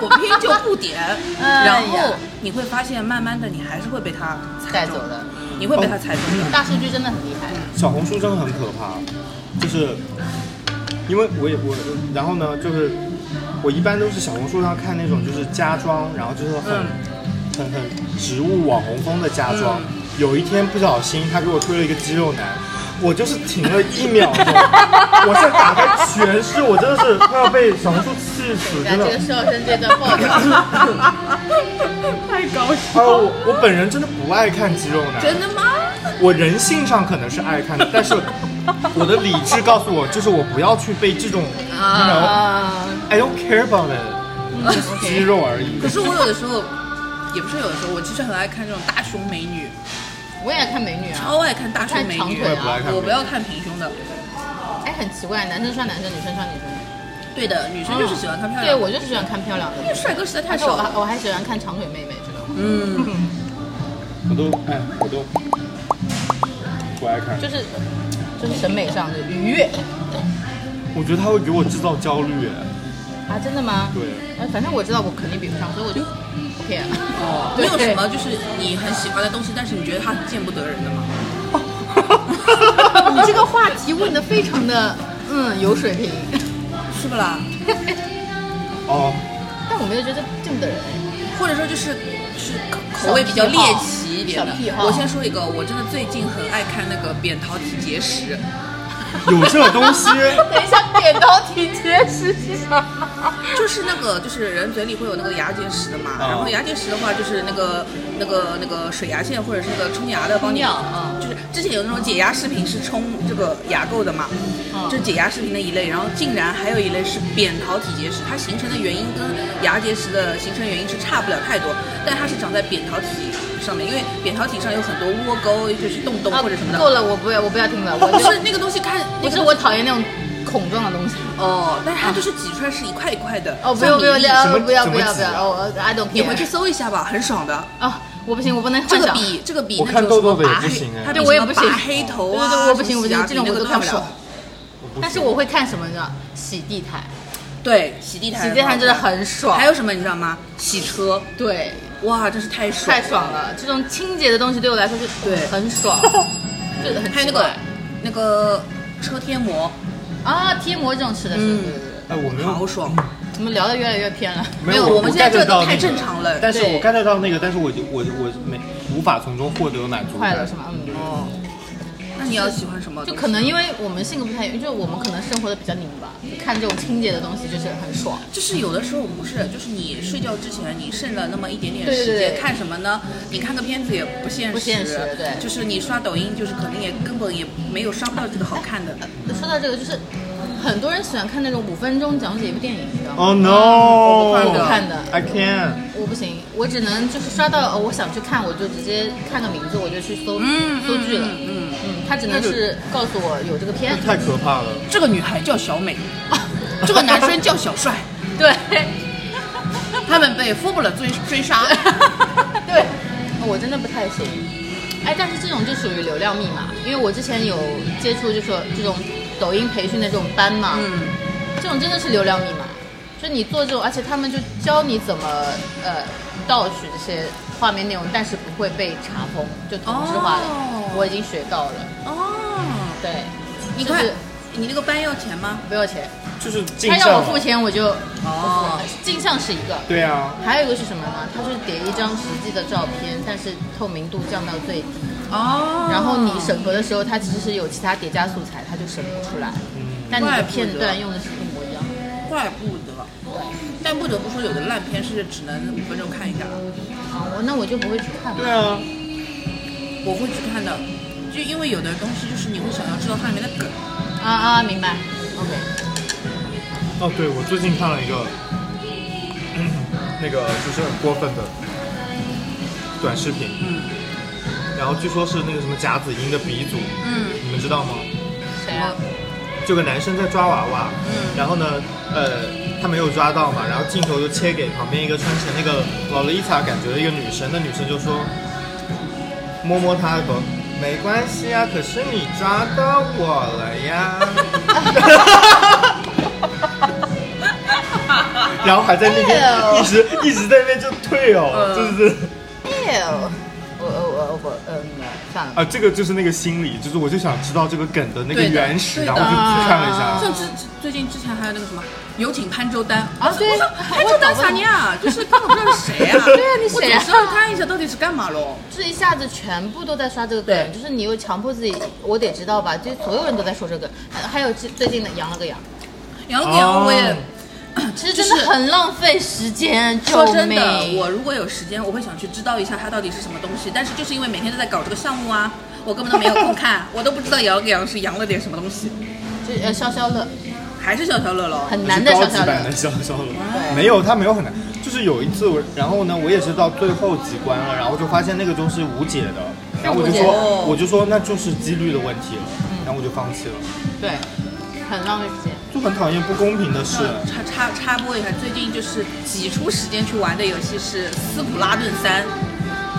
我偏偏就不点，哎然呀后你会发现，慢慢的你还是会被他带猜走中，的你会被他猜中的。大数据真的很厉害。小红书真的很可怕，就是因为我也我，然后呢，就是我一般都是小红书上看那种就是家装，然后就是很、嗯很很植物网红风的家装。嗯有一天不小心，他给我推了一个肌肉男。我就是停了一秒 钟，我现在打开全是，我真的是快要被小红书气啊死，来，真啊这的。个瘦身这 段爆掉。还有哎我我本人真的不爱看肌肉男，真的吗？我人性上可能是爱看的，但 是我的理智告诉我，就是我不要去被这种，I 啊， don't care about it，肌肉而已可。是我有的时候，也不是有的时候，我其实很爱看这种大胸美女，我也爱看美女啊。超爱看大胸美看长女腿，我也不爱看我不要看平胸的。哎，很奇怪，男生穿男生，女生穿女生。对的，女生就是喜欢看漂对，亮的，我就是喜欢看漂亮的因。为帅哥实在太但是我少还了。我还喜欢看长腿妹妹，知道吗？嗯，我都哎，我都不爱看，就是就是审美上的愉悦我觉得他会给我制造焦虑。哎啊，真的吗？对，哎，反正我知道我肯定比不上，所以我就 OK 啊。哦，你对有 什么就是你很喜欢的东西，但是你觉得它很见不得人的吗？你这个话题问的非常的嗯有水平，是不啦？ 哦，但我没有觉得这么的人或者说就是是口口味比较猎奇一点的小癖。好我先说一个，我真的最近很爱看那个扁桃体结石，有这东西， 等一下，扁桃体结石是什么？就是那个，就是人嘴里会有那个牙结石的嘛，啊然后牙结石的话，就是那个那个那个水牙线或者是那个冲牙的帮你，冲药嗯就是之前有那种解牙视频是冲这个牙垢的嘛，嗯这是解牙视频的一类，然后竟然还有一类是扁桃体结石，它形成的原因跟牙结石的形成原因是差不了太多，但它是长在扁桃体上面，因为扁桃体上有很多窝沟，就是洞洞或者什么的，够了，我不要，啊我不要听了。我不就是那个东西看，不那是个我讨厌那种孔状的东西。哦，但是它就是挤出来是一块一块的，哦，不像用不用米粒不要什么不要怎不么要挤啊不要！哦，I don't 你回 care 去。搜一下吧，很爽的。啊，我不行，我不能这幻个想。比这个比我那看种痘什么痘的也拔不黑行哎它对比我什也么不拔行黑头对啊，对对，我不行，我就什么洗牙这种比我那个都都看不不了了。。但是我会看什么，你知道？洗地毯，对，洗地洗毯，地毯真的。很爽。还有什么你知道吗？洗车，对，哇，真是太爽。太爽了！这种清洁的东西对我来说就对很 爽，就很还奇有那个怪那个车贴膜，啊，贴膜这种事的是嗯的，，哎，我没好有，爽。怎么聊的越来越偏 了？没有，我我们现在这 get 个到都太那个正常了。但是对我 get 到那个，但是我就我我没无法从中获得满足快感乐是吗？嗯，哦，那你要喜欢什么？就可能因为我们性格不太一样，就是我们可能生活的比较拧巴，看这种清洁的东西就是很爽。就是有的时候不是，就是你睡觉之前你剩了那么一点点对对时间对看什么呢？你看个片子也不现实，不现实对就是你刷抖音，就是可能也根本也没有刷不到这个好 看的。说到这个，就是很多人喜欢看那种五分钟讲解一部电影，你知道吗？ ？Oh 我不哎 no！看看的的 I can。我不行，我只能就是刷到、哦、我想去看，我就直接看个名字，我就去搜、搜剧了。嗯嗯，嗯，他只能是告诉我有这个片这，太可怕了！这个女孩叫小美，这个男生叫小帅， 对他们被夫布勒追追 杀。对，哦我真的不太行。哎，但是这种就属于流量密码，因为我之前有接触，就说这种抖音培训的这种班嘛，嗯，这种真的是流量密码，就你做这种，而且他们就教你怎么呃盗取这些画面内容，但是不会被查封，就同质化的。哦我已经学到了，哦，对，你就是快，你那个班要钱吗？不要钱，就是镜他像让我付钱我就哦，镜像是一个，对啊，还有一个是什么呢？它是叠一张实际的照片，但是透明度降到最低，哦，然后你审核的时候，它其实是有其他叠加素材，它就审不出来，但你的片段用的是一模一样的。怪不得，但不得不说，有的烂片是只能五分钟看一下。啊，我那我就不会去看对了。啊，我会去看的，就因为有的东西就是你会想要知道它里面的梗。啊啊，明白。OK。哦，对，我最近看了一个， 那个就是很过分的短视频，嗯然后据说是那个什么贾子英的鼻祖，嗯你们知道吗？谁啊？就个男生在抓娃娃，嗯然后呢，呃，他没有抓到嘛，然后镜头就切给旁边一个穿成那个洛丽塔感觉的一个女生，那女生就说，摸摸她的头，没关系啊，可是你抓到我了 呀，然后还在那边哎呦一直一直在那边就退哦，嗯就是我我我我嗯，算了。啊，这个就是那个心理，就是我就想知道这个梗的那个对的原始，对然的后就去看了一啊下，像之最近之前还有那个什么有请潘周丹啊我说对我说潘周丹啥人啊？就是根本不知道是谁 啊？对啊你谁啊我总知道他一下到底是干嘛喽？就是一下子全部都在刷这个对梗，就是你又强迫自己，我得知道吧，就所有人都在说这个。还还有最最近的养了个羊，杨洋我也哦其实真的很浪费时间，说救真命的，我如果有时间，我会想去知道一下他到底是什么东西。但是就是因为每天都在搞这个项目啊，我根本都没有 空看，我都不知道杨洋是扬了点什么东西，就呃消消乐，还是消消乐喽。很就难是的高消级消版乐的。消消乐，没有，它没有很难。就是有一次我，然后呢，我也是到最后几关了，然后就发现那个钟是无解的，然后我就无解说哦，我就说那就是几率的问题了，然后我就放弃了，对，很浪费时间。就很讨厌不公平的事。插插插播一下，最近就是挤出时间去玩的游戏是《斯普拉顿三》，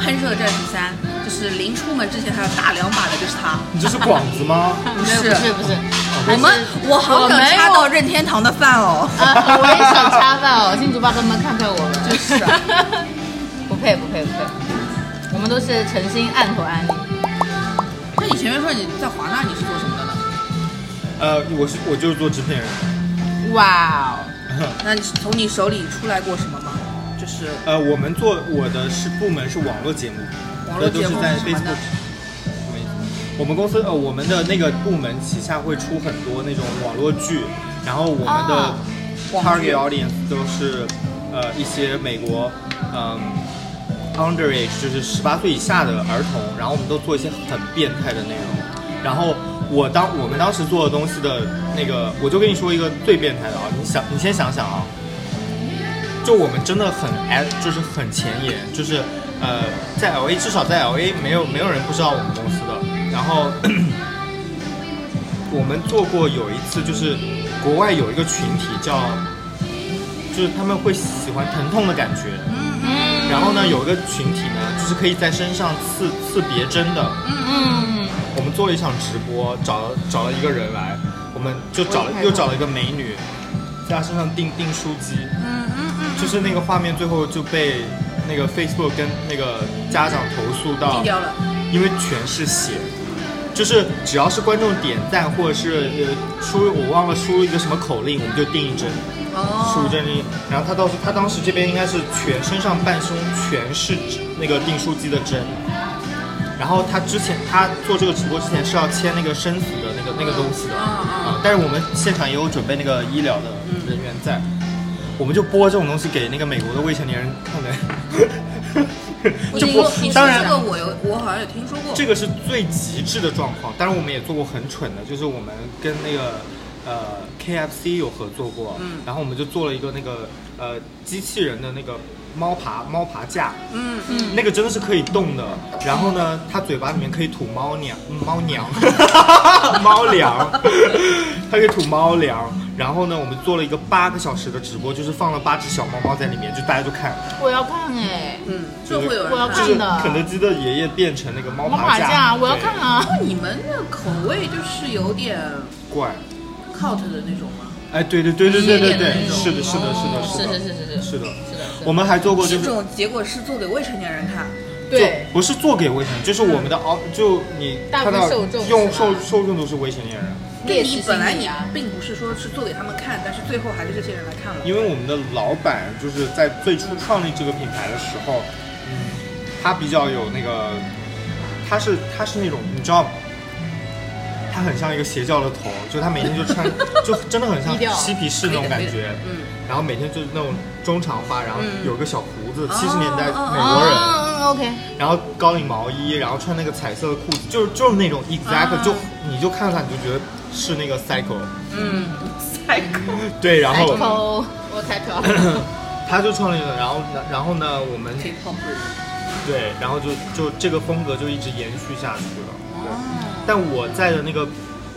《喷射战士三》，就是临出门之前还要打两把的，就是它。你这是广子吗？不是不是不是，我们我好想没插有到任天堂的饭 哦。啊，我也想插饭哦， 新主爸爸们看看我们，就是啊 不配不配不配，我们都是诚心按头安利。那你前面说你在华纳你是做什么的呢？呃，我是我就是做制片人， 哇哦，那你从你手里出来过什么吗？就是呃，我们做我的是部门是网络节目，网络对节都目是在是什么呢 Facebook。什么意思我们公司呃，我们的那个部门旗下会出很多那种网络剧，然后我们的啊 target audience 都是呃一些美国嗯、underage 就是十八岁以下的儿童，然后我们都做一些很变态的内容。然后我当我们当时做的东西的那个，我就跟你说一个最变态的啊，你想你先想想啊，就我们真的很哎，就是很前沿，就是呃，在 L A 至少在 L A 没有没有人不知道我们公司的。然后我们做过有一次，就是国外有一个群体叫，就是他们会喜欢疼痛的感觉，嗯然后呢有一个群体呢，就是可以在身上刺刺别针的。嗯我们做了一场直播，找了找了一个人来，我们就找了又找了一个美女，在她身上钉钉书机，嗯嗯就是那个画面最后就被那个 Facebook 跟那个家长投诉到定，掉了。啊因为全是血，就是只要是观众点赞或者是呃输我忘了输入一个什么口令，我们就定一针，输哦一，针定一，然后他到时他当时这边应该是全身上半身全是那个订书机的针。然后他之前他做这个直播之前是要签那个生死的那个那个东西的，嗯啊，但是我们现场也有准备那个医疗的人员在，我们就播这种东西给那个美国的未成年人看的，我就听播说你，当说然这个我有，我好像有听说过。这个是最极致的状况。当然，我们也做过很蠢的，就是我们跟那个呃 KFC 有合作过，嗯然后我们就做了一个那个呃机器人的那个猫爬猫爬架，嗯，那个真的是可以动的。然后呢，它嘴巴里面可以吐猫粮，猫 粮，猫粮，它可以吐猫粮。然后呢，我们做了一个八个小时的直播，就是放了八只小猫猫在里面，就大家就看，嗯，我要看哎，嗯，这会有人我要就看是真的肯德基的爷爷变成那个猫我马架架，，我要对看啊。那你们的口味就是有点怪。 cult 的那种吗？哎，对对对对对对一点对，点那种是的，是的，是的，的，是是是是是是的，是的，我们还做过就这是。种结果是做给未成年人看，对，嗯不是做给未成年，就是我们的哦，就你大看众到受众用是吧受受众都是未成年人，啊对猎你食本来心理你啊，并不是说是做给他们看，但是最后还是这些人来看了。因为我们的老板就是在最初创立这个品牌的时候，嗯，他比较有那个，他是他是那种你知道，他很像一个邪教的头，就他每天就 穿，就真的很像低调嬉皮士那种感觉，嗯，然后每天就是那种中长发，然后嗯有一个小胡子，七十年代哦哦美国人。嗯嗯 OK，然后高领毛衣，然后穿那个彩色的裤子，就是就是那种 exact，、啊就你就看到他你就觉得是那个 cycle， 嗯，太酷。对，然开后头我开头，他就创立了，然后然后呢，我们 K-pop 人对，然后就就这个风格就一直延续下去了。哦对，但我在的那个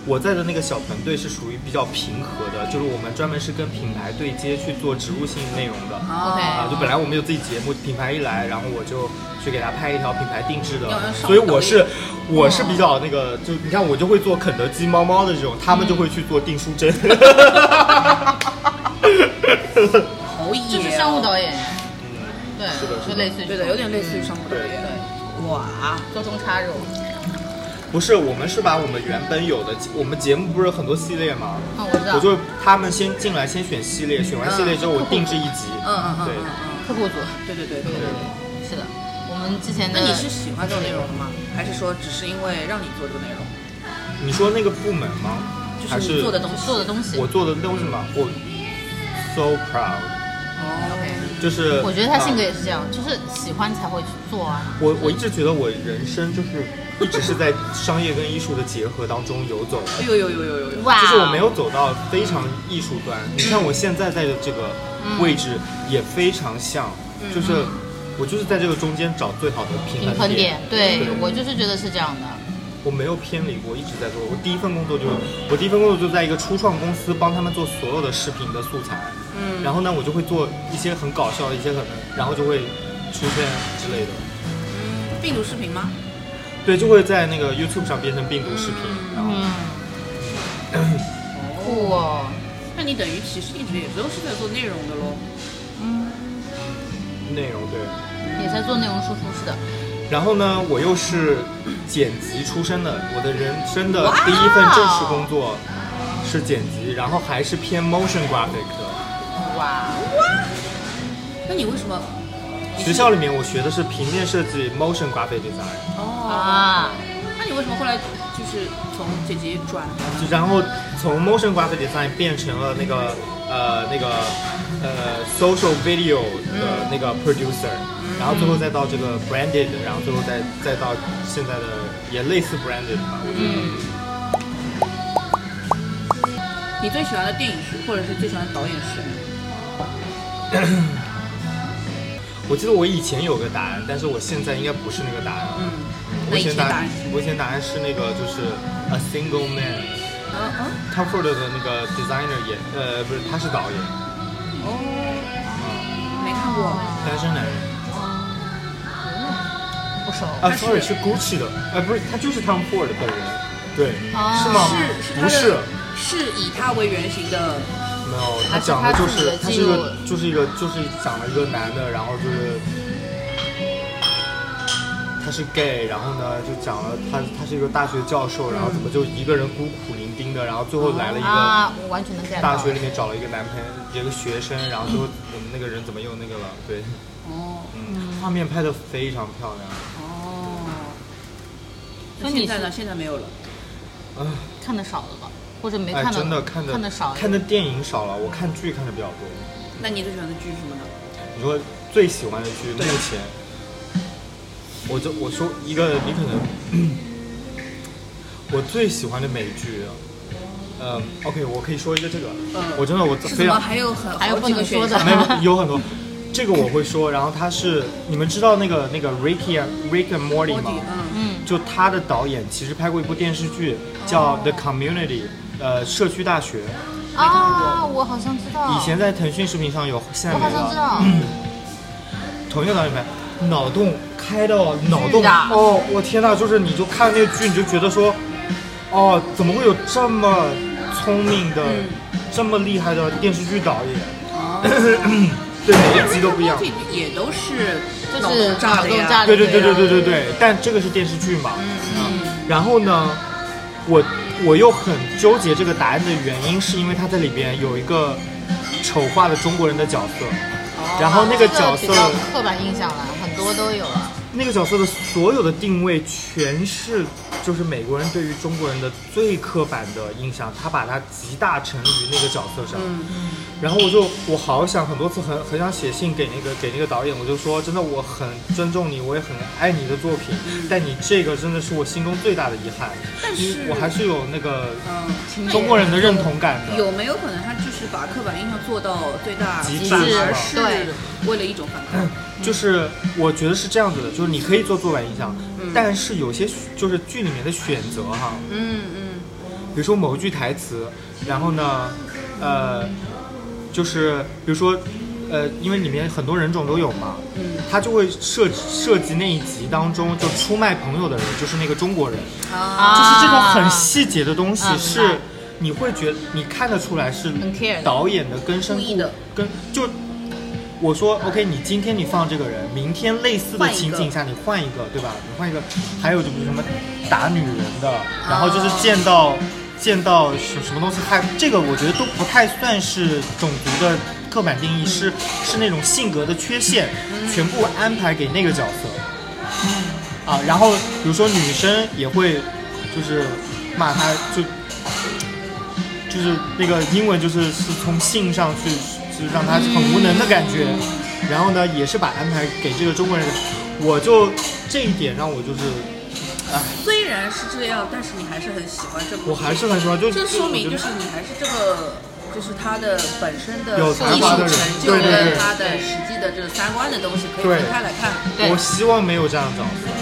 我在的那个小团队是属于比较平和的，就是我们专门是跟品牌对接去做植入性内容的。啊，哦就本来我们有自己节目，品牌一来，然后我就去给他拍一条品牌定制的要要，上所以我抖音哦是我是比较那个，就你看我就会做肯德基、猫猫的这种，他嗯们就会去做订书针。 好野哦，哦就是商务导演，嗯，对是的，是的就类似于对的，有点类似于商务导演。哇，做中插入，不是，我们是把我们原本有的，我们节目不是有很多系列吗？嗯，我知我道，就他们先进来，先选系列，选完系列之后我定制一集。嗯嗯嗯对嗯，嗯客户组，对对对对对对。是的，我们之前的那你是喜欢这种内容的吗？还是说只是因为让你做这个内容，你说那个部门吗？就还是是你做的东西？做的东西我，做的东西吗？我 so proud，哦，就是我觉得他性格啊也是这样，就是喜欢才会去做啊，我我一直觉得我人生就是一直是在商业跟艺术的结合当中游走的，哎呦呦呦呦呦呦，哇，就是我没有走到非常艺术端。你看我现在在的这个嗯位置也非常像，就是我就是在这个中间找最好的平平衡衡点点，。对对我就是觉得是这样的，我没有偏离过，一直在做。我第一份工作就是我第一份工作就在一个初创公司帮他们做所有的视频的素材，嗯，然后呢我就会做一些很搞笑的一些可能，然后就会出现之类的。病毒视频吗？对，就会在那个 YouTube 上变成病毒视频，然后嗯，酷哦，那你等于其实一直也都是在做内容的喽。嗯，内容对。也在做内容输出是的，然后呢，我又是剪辑出身的，我的人生的第一份正式工作是剪辑，然后还是偏 motion graphic 的。哇，那你为什么？学校里面我学的是平面设计 motion graphic design，哦，啊，那你为什么后来是从姐姐转的。然后从 motion graphic design 变成了那个呃那个呃 social video 的那个 producer，、然后最后再到这个 branded，然后最后再再到现在的也类似 branded 吧。我觉得你最喜欢的电影是，或者是最喜欢的导演是？我记得我以前有个答案，但是我现在应该不是那个答案。嗯，我那以以前前答答案案，我以前答案是那个就是 a single man。嗯嗯， Tom Ford 的那个 designer 也呃不是，他是导演，哦，啊，没看过。单身男人。不熟。啊他是，sorry，是 Gucci 的，呃，不是，他就是 Tom Ford 本人，对，哦是吗？是是不他的是，是以他为原型的，没有，他还是讲的他就自己是的他记是一个录就是一个就是讲了一个男的，然后就是他是 gay，然后呢就讲了他他是一个大学教授，然后怎么就一个人孤苦伶仃的，然后最后来了一个啊，我完全能 get 到。大学里面找了一个男朋友，一个学生，然后最后我们那个人怎么又那个了？对，哦嗯，画面拍的非常漂亮。哦。所那以你现在呢？是现在没有了。啊，看的少了吧，或者没哎，看到、真的看的看的少，看的电影少了，我看剧看的比较多。那你最喜欢的剧是什么呢？你说最喜欢的剧，目前，我就我说一个，你可能 我最喜欢的美剧，啊嗯，OK，我可以说一个这个，嗯我真的我是怎非么常还有很还有好几不个能说选的 项？没有有很多，这个我会说。然后他是你们知道那个那个 Ricky Rick and Morty 吗？嗯，嗯，就他的导演其实拍过一部电视剧叫《The Community》，呃，社区大学，啊，我好像知道，以前在腾讯视频上有，现在我没嗯好像知了。道，同一个导演拍，脑洞开到脑洞巨大哦，我天呐，就是你就看那个剧，你就觉得说，哦，怎么会有这么聪明的、这么厉害的电视剧导演？啊 对，每一集都不一样。也都是就是炸脑的呀洞炸的对对对对对对对对，但这个是电视剧嘛。嗯。然后呢，我我又很纠结这个答案的原因，是因为它在里边有一个丑化的中国人的角色，然后那个角这色比较刻板印象了，很多都有啊。那个角色的所有的定位全是就是美国人对于中国人的最刻板的印象，他把它集大成于那个角色上。嗯然后我就我好想很多次很很想写信给那个给那个导演，我就说真的我很尊重你，我也很爱你的作品，但你这个真的是我心中最大的遗憾。嗯但因为是我还是有那个嗯中国人的认同感的。有没有可能他就是把刻板印象做到最大极致反而是吧是为了一种反抗？就是我觉得是这样子的，就是你可以做做板印象，但是有些就是剧里面的选择哈，嗯嗯，比如说某一句台词，然后呢，呃，就是比如说，呃，因为里面很多人种都有嘛，嗯，他就会涉涉及那一集当中就出卖朋友的人就是那个中国人，啊，嗯就是这种很细节的东西啊明是白你会觉得你看得出来是很 care 的导演的根深故固意的根就。我说 OK，你今天你放这个人，明天类似的换一个情景下你换一个，对吧？你换一个，还有就是什么打女人的，然后就是见到、见到什什么东西，他这个我觉得都不太算是种族的刻板定义，是是那种性格的缺陷，全部安排给那个角色。啊，然后比如说女生也会就是骂他，就就是那个英文就是是从性上去，就是让他很无能的感觉。然后呢，也是把安排给这个中国人，我就这一点让我就是，哎，虽然是这样，但是你还是很喜欢这部剧。我还是很喜欢，就这说明我觉就是得你还是这个，就是他的本身的有艺才华的术人成就对对对跟他的实际的这个三观的东西可以对分开来看。对我希望没有这样的角色。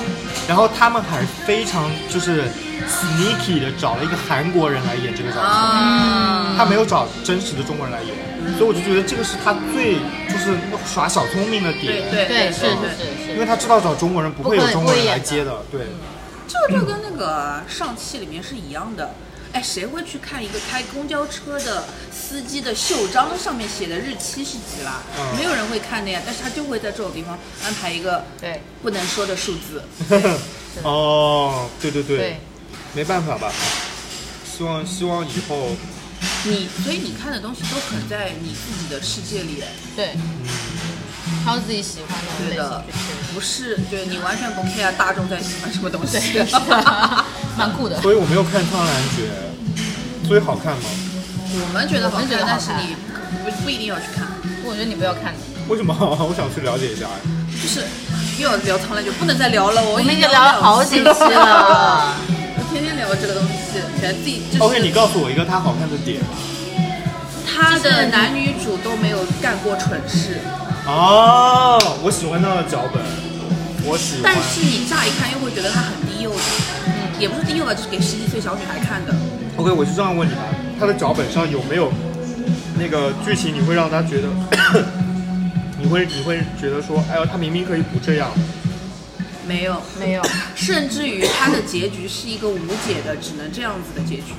然后他们还非常就是 sneaky 的找了一个韩国人来演这个角色。啊，他没有找真实的中国人来演，所以我就觉得这个是他最就是耍小聪明的对点，对，对对，是对是是因是为，他知道找中国人不会有中国人来接的，对，这就跟那个上汽里面是一样的。哎，谁会去看一个开公交车的司机的袖章上面写的日期是几啦？嗯没有人会看的呀。但是他就会在这种地方安排一个 对不能说的数字。哦，对对对，对，没办法吧，希望希望以后你所以你看的东西都很在你自己的世界里，对，嗯挑自己喜欢的对类型的去吃。，不是，对你完全不 care 大众在喜欢什么东西。蛮酷的。所以我没有看《苍兰诀》，所以好看吗？ 我们觉得好我们觉看得，好但是看你不不一定要去看，我觉得你不要看了，为什么？ 我想去了解一下。就是又要聊苍兰诀，不能再聊了。我我们已经聊聊了好几期了。我天天聊这个东西，觉得自己就是 OK，你告诉我一个它好看的点他的男女主都没有干过蠢事，哦，我喜欢它的脚本，我喜欢但。是你乍一看又会觉得他很低幼稚，嗯，也不是低幼吧，就是给十几岁小女孩看的。 OK，我就这样问你吧，它的脚本上有没有那个剧情？你会让他觉得， 你会你会觉得说，哎呦，他明明可以不这样。没有，没有，甚至于他的结局是一个无解的，只能这样子的结局。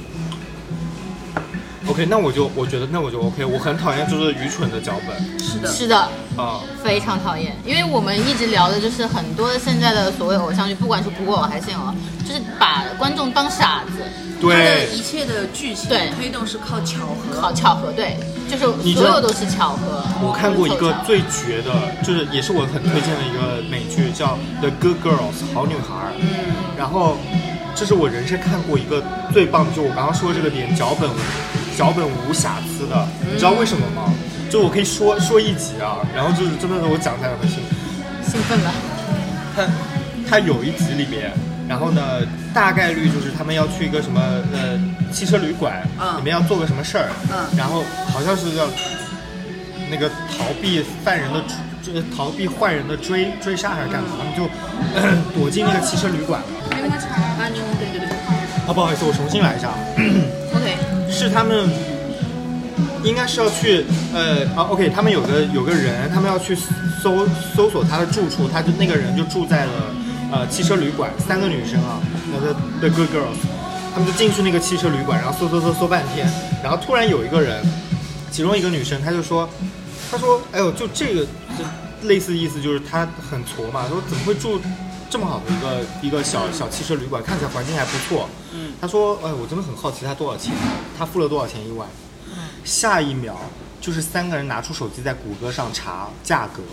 OK，那我就我觉得那我就 OK，我很讨厌就是愚蠢的脚本是的， 是的，啊。非常讨厌，因为我们一直聊的就是很多现在的所谓偶像剧，不管是古偶还是现偶，就是把观众当傻子，他的对，一切的剧情对推动是靠巧合好。巧合，对，就是你知所道有都是巧合。我看过一凑个巧最绝的，就是也是我很推荐的一个美剧，叫《The Good Girls》好女孩。嗯。然后，这是我人生看过一个最棒的，就我刚刚说这个点，脚本脚本无瑕疵的，你知道为什么吗？就我可以说说一集啊，然后就是真的是我讲起来很辛苦。兴奋了，他他有一集里面，然后呢，大概率就是他们要去一个什么呃汽车旅馆，嗯里面要做个什么事儿，嗯然后好像是要那个逃避犯人的追追逃避坏人的追追杀还是干嘛，他们就、 躲进那个汽车旅馆了。柠檬茶，啊，柠檬对对对，啊，不好意思，我重新来一下啊。 ，OK，是他们应该是要去呃啊，OK，他们有个有个人，他们要去搜搜索他的住处，他就那个人就住在了呃汽车旅馆，三个女生啊，那个 The Good Girls，他们就进去那个汽车旅馆，然后搜搜搜搜半天，然后突然有一个人，其中一个女生，她就说，她说，哎呦，就这个，就类似意思就是她很挫嘛，说怎么会住这么好的一个一个小小汽车旅馆，看起来环境还不错。嗯，她说，哎，我真的很好奇她多少钱，她付了多少钱意外。下一秒就是三个人拿出手机在谷歌上查价格。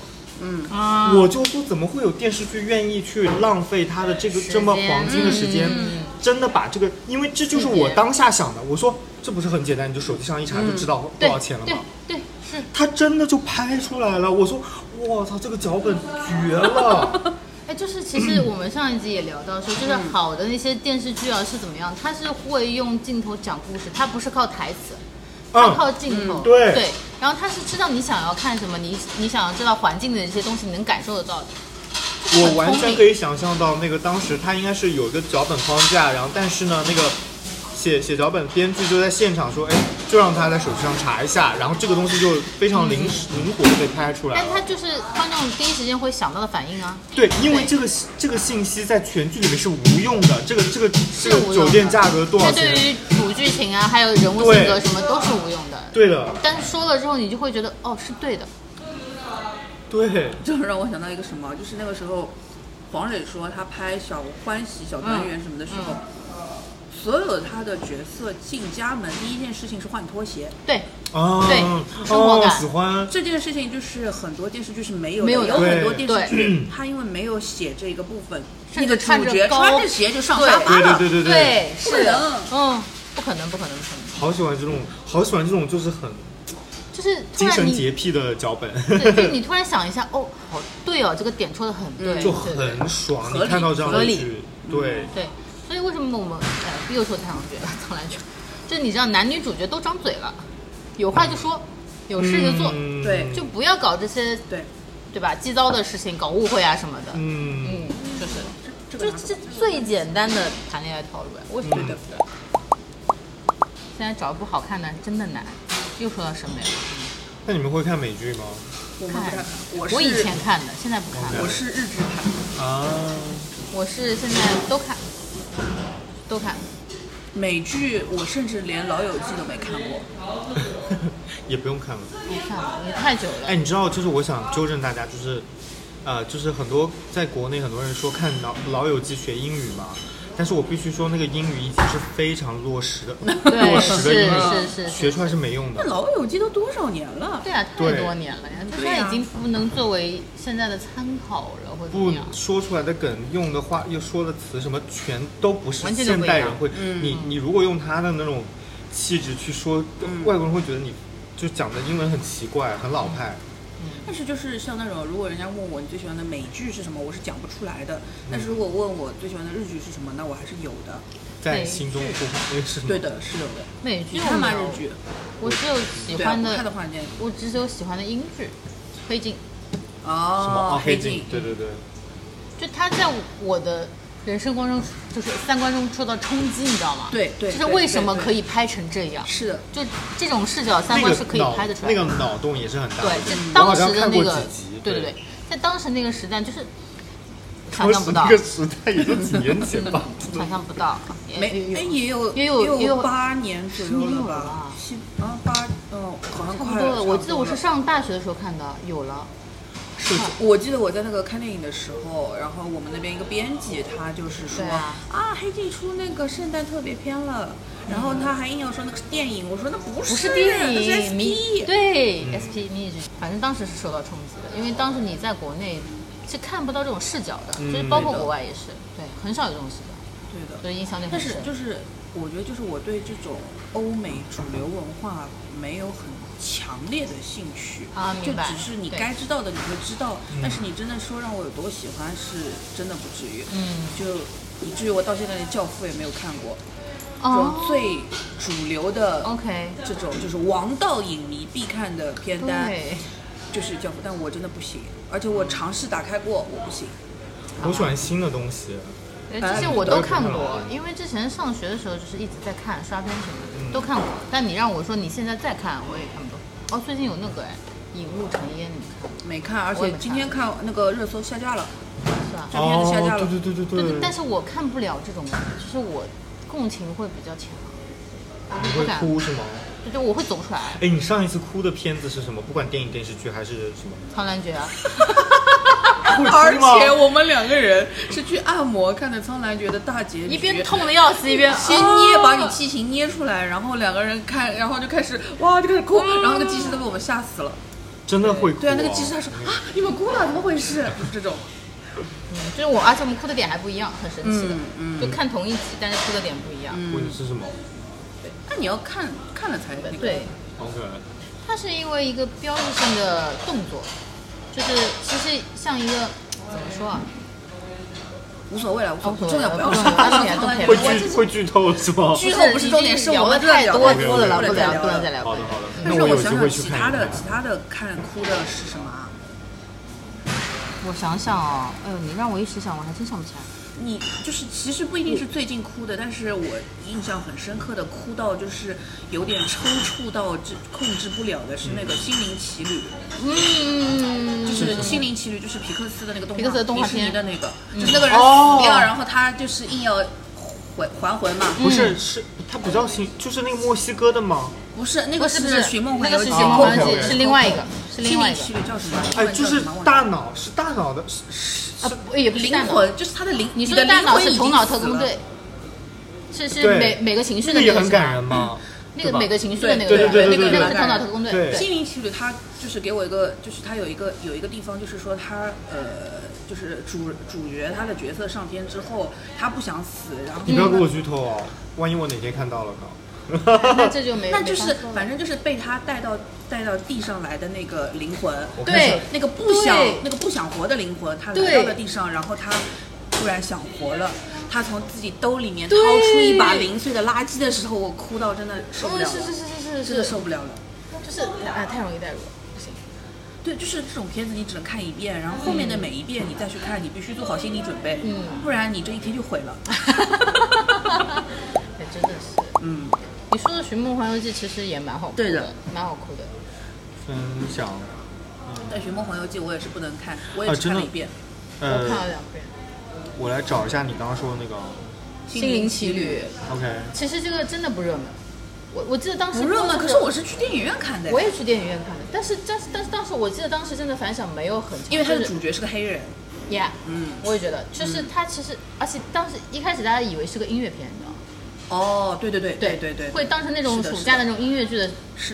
啊，我就说怎么会有电视剧愿意去浪费他的这个这么黄金的时间，真的把这个，因为这就是我当下想的。我说这不是很简单，你就手机上一查就知道多对少钱了对吗？对，是，他真的就拍出来了。我说我操，这个脚本绝 了。哎，就是其实我们上一集也聊到说，就是好的那些电视剧啊是怎么样，它是会用镜头讲故事，它不是靠台词，它靠嗯，镜头，嗯对然后它是知道你想要看什么，你你想要知道环境的一些东西，你能感受得到的。嗯就是我很完聪全明可以想象到那个当时他应该是有一个脚本框架，然后但是呢，那个写写脚本编剧就在现场说，哎，就让他在手机上查一下，然后这个东西就非常灵灵活的被拍出来嗯但了。他就是观众第一时间会想到的反应啊，对，因为这个信这个信息在全剧里面是无用的，这个这个这无用个的酒店价格多少这对钱？于主剧情啊，还有人物性格什么都是无用的。对的，但是说了之后，你就会觉得哦是对的，对，这让我想到一个什么，就是那个时候黄磊说他拍《小欢喜》《小嗯团圆》什么的时候，所有他的角色进家门第一件事情是换拖鞋，对，啊，对生活哦感，喜欢，这件事情就是很多电视剧是没有的，没有的有很多对电视剧 他因为没有写这个部分，甚那至个穿主着角高穿着鞋就上沙发对啊了，对对对，是的，嗯嗯，不可能，不可能，不可能，好喜欢这种，好喜欢这种就是很就是突精然神你洁癖的脚本，对， 就是你突然想一下，哦，好对哦，这个点戳的很对，嗯就对对很爽。合理你看到这样合的理剧，对，对，所以为什么我们呃又说苍兰诀了？苍兰诀，就是你知道男女主角都张嘴了，有话就说，有事就做，嗯对就不要搞这些对，对吧？鸡糟的事情，搞误会啊什么的。嗯，嗯，就是，这就个拿是最简单的谈恋爱套路呀。为什么？对不对？现在找一部好看的真的难，又说到审美了。那你们会看美剧吗？我们不太看，嗯我是我以前看的，现在不看了。我是日剧看，啊，我是现在都看，都看。美剧我甚至连《老友记》都没看过。 也不用看了。不看了，也太久了。哎，你知道，就是我想纠正大家，就是，呃，就是很多在国内很多人说看老《老友记》学英语嘛，但是我必须说，那个英语一级是非常落实的，对，落实的英是语，是是学是，出来是没用那《的。老友记》都多少年了？对啊，太对多年了呀，对它啊已经不能作为现在的参考了，或者怎不么样。说出来的梗、用的话、又说的词什么，全都不是完全都现不一样嗯代人会。你你如果用他的那种气质去说，呃外国人会觉得你就讲的英文很奇怪、很老派。嗯但是就是像那种，如果人家问我你最喜欢的美剧是什么，我是讲不出来的。但是如果问我最喜欢的日剧是什么，那我还是有的。在对心中不那个是对的，是有的。美剧你看吗？没有日剧？我只有喜对啊欢我看的，的话，那我只有喜欢的英剧，推进。什么哦哦，，黑镜，对对对，就他在我的人生观中，就是三观中受到冲击，你知道吗？对对就对是为对什么对可以拍成这样？是的，就这种视角，三那观是可个以脑拍得出来那的。个脑洞也是很大的。对，在我当好像时的看那过个几集，对对对对，在当时那个时代，就是想当象时不 到那，个时代也就几年前 吧。想象不到，也没也哎有也有也有也也有八年左右十年了有了吧吧？七啊八嗯，好像差不快多了。我记得我差是不多了上大学的时候看的，有了。是，我记得我在那个看电影的时候，然后我们那边一个编辑，他就是说对啊黑镜出那个圣诞特别篇了，然后他还硬要说那个是电影，我说那不不是啊是那电是 E 影，你 SP 对嗯 SP 你已经，反正当时是受到冲击的，因为当时你在国内是看不到这种视角的，嗯就是包括国外也是，对，很少有这种视角，对的，所以影响力但很是深。就是我觉得就是我对这种欧美主流文化没有很强烈的兴趣啊就明白只是你对该知道的你会知道，但是你真的说让我有多喜欢，是真的不至于，嗯，就以至于我到现在连《教父》也没有看过，就哦最主流的，OK，这种就是王道影迷必看的片单对，就是《教父》，但我真的不行，而且我尝试打开过，我不行。我喜欢新的东西，哎这些我都看过，因为之前上学的时候就是一直在看刷片什么的，都看过。嗯但你让我说你现在再看，我也看不懂。哦，最近有那个哎，《引入尘烟》，你看过没看，而我也没且看今天看那个热搜下架了，是吧？这片子下架了。哦对对对对对但是我看不了这种，就是我共情会比较强，我你就会不敢，哭是吗？对对，我会走出来。哎，你上一次哭的片子是什么？不管电影、电视剧还是什么？苍兰诀啊，而且我们两个人是去按摩看的《苍兰诀》的大结局，一边痛的要死，一边先捏把你哦激情捏出来，然后两个人看，然后就开始哇就开始哭，然后那个技师都被我们吓死了。真的会哭、哦对啊，那个技师他说啊你们哭了，怎么回事？就是这种。嗯就是我，而且我们哭的点还不一样，很神奇的，嗯嗯就看同一集，但是哭的点不一样。问题是什么那你要看看了才那个对， ？OK，它是因为一个标志性的动作，就是其实像一个怎么说啊？无所谓了，无所哦无所谓谓，重要不要不重说要，八十年都可以会我剧会剧透是吗？剧透不是重点，是我聊们的真的太聊多不多了，聊了不不了了，不了能再聊。嗯好的好的，但那是有机想会想去其看他一的看其他的看哭的是什么啊？我想想哦，哎呦，你让我一时想，我还真想不起来。你就是其实不一定是最近哭的，但是我印象很深刻的哭到就是有点抽搐到这控制不了的是那个《心灵奇旅》，嗯，就是《心灵奇旅》就是皮克斯的那个动画，皮克斯的动画迪士尼片的那个，就是那个人哦死掉，然后他就是硬要还还魂嘛，嗯不是是它不叫新，就是那个墨西哥的吗？不是那不个是是不是寻梦那环游个记是哦寻梦环游记， ，OK，OK 是另外一个，是心另外灵一个奇旅叫什么？哎，就是大脑脑是大脑的，是是啊是，不也不是大灵脑。魂，就是他的灵，你说的的大脑灵魂是已头经脑特死工了队，是是对每每个情绪这的个那也个很是感吧人嘛。那个对吧每个情绪的那个对对那对对个那个是对头脑特工队，对心灵奇旅，它就是给我一个，就是它有一个有一个地方，就是说它呃，就是主主角他的角色上天之后，他不想死，然后嗯你不要给我剧透哦，万一我哪天看到了呢？那这就没那就是没法说了反正就是被他带到带到地上来的那个灵魂，我看一下对那个不想对那个不想活的灵魂，他来对到了地上，然后他突然想活了。他从自己兜里面掏对出一把零碎的垃圾的时候，我哭到真的受嗯不了了，是是是是真的是是受，不了了。就是啊太容易代入了，不行。对，就是这种片子你只能看一遍，然后后面的每一遍你再去看，你必须做好心理准备，嗯不然你这一天就毁 了。哎，真的是。嗯，你说的《寻梦环游记》其实也蛮好哭对的，蛮好哭的。分享，但《寻梦环游记》我也是不能看，我啊也只真的看了一遍。我看了呃，两遍我来找一下你刚刚说的那个《心灵奇旅》， ，OK，其实这个真的不热门。我我记得当时不热播门，这可个是我是去电影院看的，我也去电影院看的，但是但是但是当时我记得当时真的反响没有很强，因为他就的是主角是个黑人， Yeah，嗯，我也觉得，就是它其实，而且当时一开始大家以为是个音乐片，你知道吗？哦，对对对对对对对，会当成那种是的暑是假的那种音乐剧的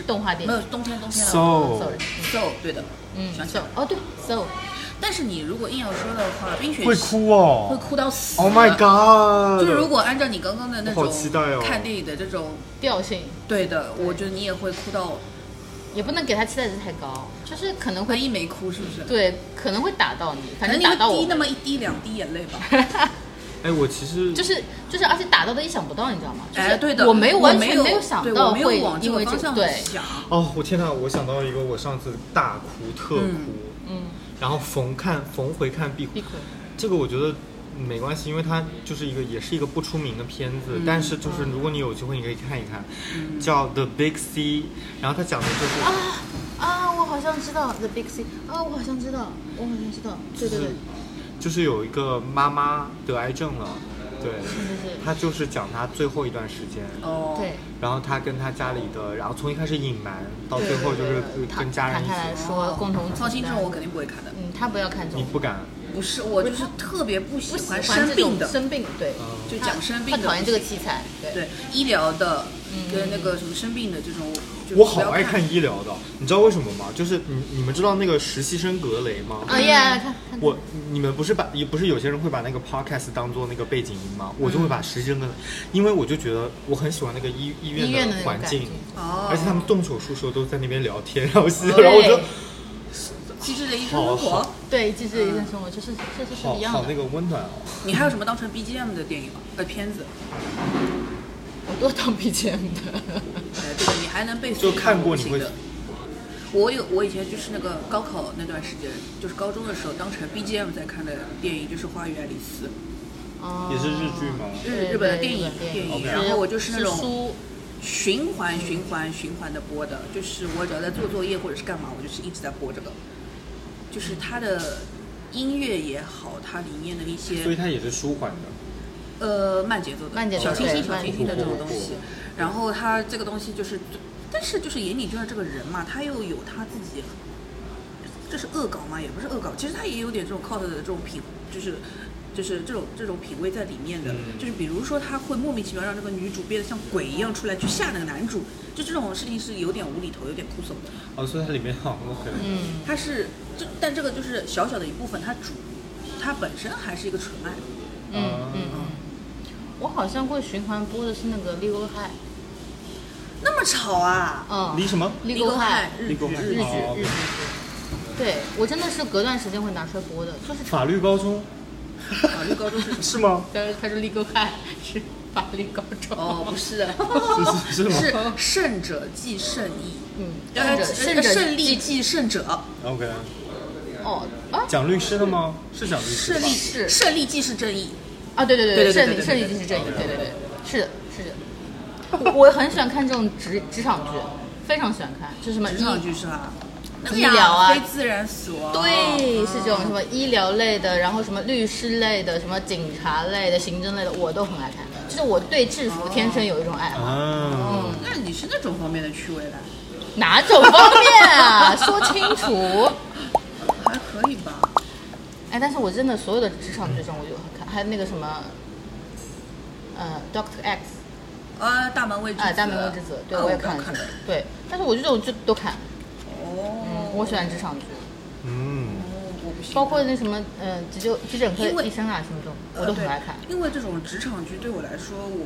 动画电没有影。冬天冬天了 So Sorry， so 对的，嗯想起，so 来了。哦对，so 但是你如果硬要说的话，冰雪会奇哭哦会哭到死。 ！Oh my god！就是如果按照你刚刚的那我种好期待哦看电影的这种，调性对的，我觉得你也会哭到，也不能给他期待值太高，就是可能万会一没哭是不是？，对可能会打到你，可反正能你打到会我滴那么一滴两滴眼泪吧。哎，我其实 就是就是，而且打到的意想不到，你知道吗？就是哎，对的，我我没有有完全没有想到对我会没有往这因个为这方向对，想。哦，我天呐，我想到一个，我上次大哭特哭，嗯，然后逢看逢回看必哭闭，口这个我觉得没关系，因为它就是一个也是一个不出名的片子，嗯但是就是如果你有机会，你可以看一看，叫《The Big C》，然后它讲的就是。嗯啊啊，我好像知道 The Big C 啊，我好像知道，我好像知道，对对对，就是有一个妈妈得癌症了，对，就是她就是讲她最后一段时间，哦，对，然后她跟她家里的，然后从一开始隐瞒到最后就是跟家人坦一开来起，说共同哦放心，这种我肯定定不会看的。嗯，他不要看这你种不敢，不是，我就是特别不喜不喜欢欢生这病种的，生病对，嗯，就讲生病他的，讨厌这个题材，对对医疗的嗯跟那个什么生病的这种，就是我不好要爱看医疗的，你知道为什么吗？就是你你们知道那个实习生格雷吗？啊呀，嗯看看我你们不是把也不是有些人会把那个 podcast 当做那个背景音吗？我就会把实习生格雷，因为我就觉得我很喜欢那个医医医院的那的种环感境觉，哦，而且他们动手术时候都在那边聊天，然后洗澡，对然后我就。机智的医生生好活好，对，其嗯实一生生活就是这就是好一样好的那，个温暖哦。你还有什么当成 BGM 的电影吗？呃，片子，我都当 BGM 的，呃，这个你还能背诵就看过你行会的。我有，我以前就是那个高考那段时间，就是高中的时候，当成 BGM 在看的电影就是《花与爱丽丝》，哦也是日剧吗？日对日本的对电影日本电电影影。 OK 然后我就是那种书，循环循环循环的播的，就是我只要在做作业或者是干嘛，我就是一直在播这个。就是它的音乐也好，它里面的一些所以它也是舒缓的。呃慢节奏的、慢节奏小清新、对小清慢新的这种节奏东西。然后他这个东西就是，但是就是眼里就是这个人嘛，他又有他自己，这是恶搞嘛，也不是恶搞，其实他也有点这种 cult 的这种品，就是。就是这种这种品味在里面的，嗯就是比如说他会莫名其妙让那个女主变得像鬼一样出来去吓那个男主，就这种事情是有点无厘头，有点枯燥的。哦，所以它里面好 OK。嗯，它是这，但这个就是小小的一部分，它主它本身还是一个纯爱。嗯嗯嗯，我好像会循环播的是那个《Legal High 那么吵啊！》，嗯，离什么？ 《Legal High》日立剧日日剧剧哦日剧，对我真的是隔段时间会拿出来播的，就是法律高中法律高中是什么？是吗？他他是 Legal High 是法律高中，哦，不是的， 是是是是吗胜者即胜义， 嗯，呃胜者胜胜利即即胜者， ？OK。哦啊讲律师的吗？是讲律师胜的吧利？是胜利即是正义。啊，对对对对对胜对利对胜利对就是正义，对对对，是的是的，我我很喜欢看这种职职场剧，非常喜欢看，就什么职医场剧是吧？那个医疗啊非自然死亡。对，嗯是这种什么医疗类的，然后什么律师类的，什么警察类的、行政类的，我都很爱看。就是我对制服天生有一种爱好，啊，那你是那种方面的趣味的，哪种方面啊？说清 楚。还可以吧？哎，但是我真的所有的职场剧中我就很看，还有那个什么，呃，Doctor X，呃，大门未知啊，子，大明宫之子，对啊我也看刚了看这的个。，对，但是我这种就都看，哦嗯，，我喜欢职场剧，嗯，我不行，包括那什么，呃，急救急诊科因为医生啊什么这种，呃我都很爱看。对因为这种职场剧对我来说，我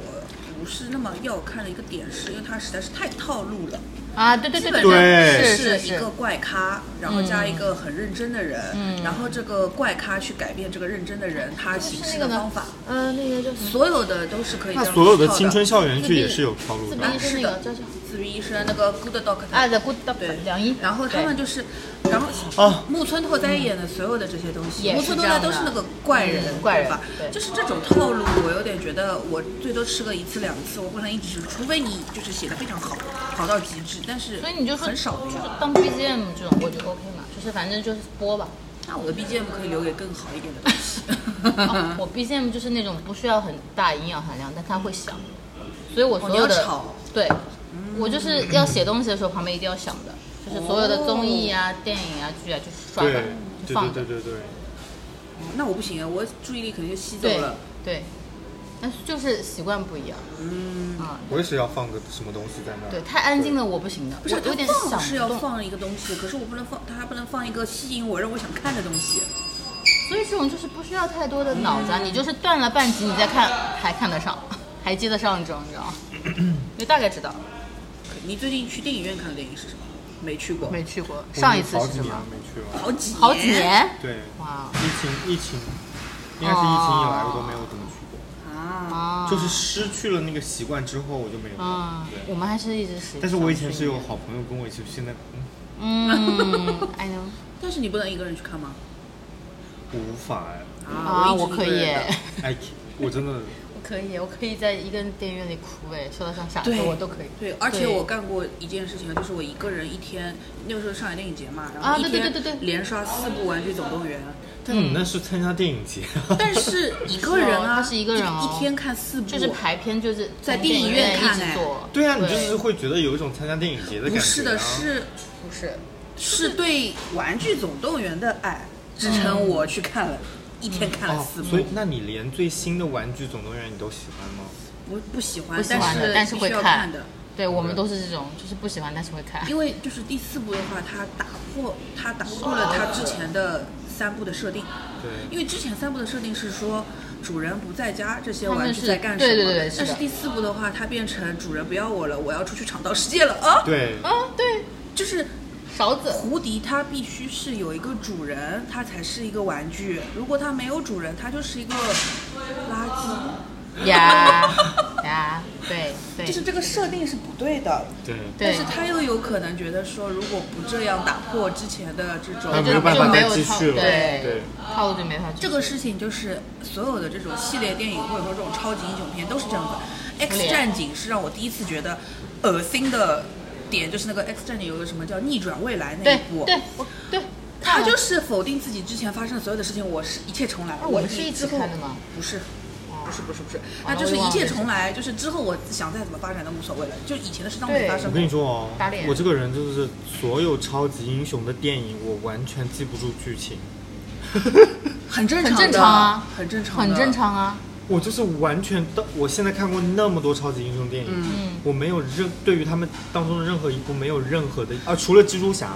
不是那么要看的一个点，是因为它实在是太套路了。啊，对对基对本对，上是是是一是个，怪咖，然后加一个很认真的人，嗯然后这个怪咖去改变这个认真的人他行是事那个的方呢法，，呃，那个叫什么？所有的都是可以这那样所有的去套青春校园剧也是有啊套路自的闭。医生那个叫叫自闭医生那个 Good Doctor，啊，The Good 对 Doctor 梁啊一，然后他们就是，然后哦木村拓哉演的所有的这些东西，也木是村这拓哉样都是的那个怪人，嗯怪人对吧？对就是这种套路，我有点觉得我最多吃个一次两次，我不能一直吃，除非你就是写的非常好，好到极致，但是对所以你就说很少就是当 BGM 这种，我觉得 OK 嘛，就是反正就是播吧。那我的 BGM 可以留给更好一点的 东西。 啊哦我 BGM 就是那种不需要很大营养含量，但它会响，所以我所有哦你要的、吵对，我就是要写东西的时候旁边一定要响的，哦就是所有的综艺啊、电影啊、剧啊，就是刷对着对就放对着对。对对，那我不行啊，我注意力肯定就吸走对了。对，但是就是习惯不一样嗯，啊。我也是要放个什么东西在那儿。对，太安静的我不行的，不是，我有点它放想是要动。放一个东西，可是我不能放，它不能放一个吸引我让我想看的东西。所以这种就是不需要太多的脑子啊，你就是断了半集，你再看还看得上， 还接得上这种，你知道吗？ 就大概知道，你最近去电影院看的电影是什么？没去过，没去过。我上一次好是几什年么？没去了。好几好几年？对，哇疫情疫情，应该是疫情以来我都没有怎么去过，啊，啊！就是失去了那个习惯之后，我就没有。嗯，我对。们还是一直是。但是我以前是有好朋友跟我一起去，现在嗯嗯 ，I know 但是你不能一个人去看吗？我无法啊，我我一直可一以个人耶嗯的。，哎，哎，我真的我可以，我可以在一个人电影院里哭哎，说到像傻子对我都可以。对，而且我干过一件事情，就是我一个人一天，那个时候上海电影节嘛，然啊后一对对天对对对连刷四部《玩具总 动员》，但你那是参加电影节，啊但是一个人啊，他是一个人哦一天看四部，就是排片就是在从电影影院一看直哎做。对啊，你就是会觉得有一种参加电影节的感觉、不啊。是的，是不是？是对《玩具总动员》的爱支撑我去看了，一天看了哦四，所部以，那你连最新的《玩具总动员》你都喜欢吗？不不喜欢不，喜欢的但但是是会必须要看看的，对我们都是这种，就是不喜欢但是会看。因为就是第四部的话，它打破它打破了它之前的三部的设定。对，因为之前三部的设定是说主人不在家，这些他们玩具在干什是么？对对对是的但是第四部的话，它变成主人不要我了，我要出去闯荡世界了啊！对， 啊，对，就是勺 子。胡迪它必须是有一个主人，它才是一个玩具。如果它没有主人，它就是一个垃圾。呀 呀，对对，就是这个设定是不对的，对，对但是他又有可能觉得说，如果不这样打破之前的这种他啊没就有办就法没再有继套续了。对对，套路就没法去。这个事情就是所有的这种系列电影或者说这种超级英雄片都是这样子。X 战警是让我第一次觉得恶心的点，就是那个 X 战警有个什么叫逆转未来那对一部，对对，啊他哦就是否定自己之前发生的所有的事情，我是一切重来。那我们哦是一起看的吗？不是。不是不是不是，那他就是我忘一了切这重来，就是之后我想再怎么发展都无所谓了，就以前的事当没对发生我过跟你。说哦打脸，我这个人就是所有超级英雄的电影，我完全记不住剧情，很正常很的，正常啊很正常，很正。常啊。我就是完全的。我现在看过那么多超级英雄电影，嗯我没有任对于他们当中的任何一部没有任何的啊，除了蜘蛛侠，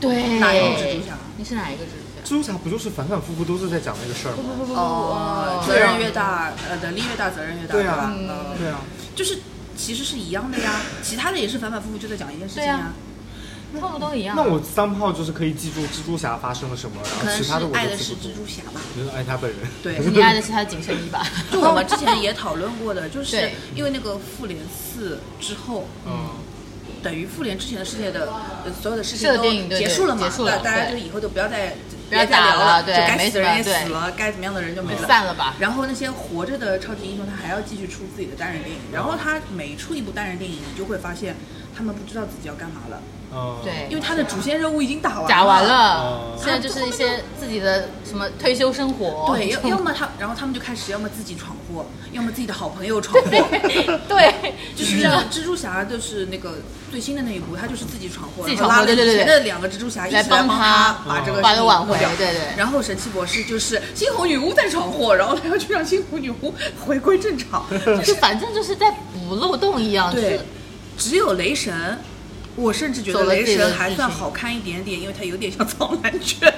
对，哪有蜘蛛侠你是哪一个蜘蛛蜘侠？蛛侠不就是反反复复都是在讲那个事儿吗？哦，责任越大，呃，能力越大，责任越大，对对啊吧？啊嗯呃对啊，就是其实是一样的呀，其他的也是反反复复就在讲一件事情啊啊呀，套路都一样。那我三炮就是可以记住蜘蛛侠发生了什么，然可后能其是他的我爱都的记是不蜘住蛛。侠吧。就是爱他本人，对，你爱的是他的紧身衣吧？ 就我们之前也讨论过的，就是啊对因为那个复联四之后， 嗯，等于复联之前的世界的呃所有的事情设都定对结束了嘛对结束了，大大家就对以后都不要再不要再打聊了就对嗯该没死的人也什么死了，该怎么样的人就没了，散 了吧然后那些活着的超级英雄，他还要继续出自己的单人电影，然后他每出一部单人电影，你就会发现他们不知道自己要干嘛了，嗯，对，因为他的主线任务已经打完了，打完了哦，现在就是一些自己的什么退休生活。对，要要么他，然后他们就开始要么自己闯祸，要么自己的好朋友闯 祸， 对，就是这样。蜘蛛侠就是那个最新的那一部，他就是自己闯祸，自己然闯后祸拉了对对对以前对的两个蜘蛛侠一起来来帮帮他把这个把事它情挽弄回掉对对然后神奇博士就是猩红女巫在闯祸，然后他要去让猩红女巫回归 正常。就是反正就是在补漏洞一样，就是对，只有雷神。我甚至觉走得了雷自己的神还剧算情好看一点点，因为他有点像苍兰诀。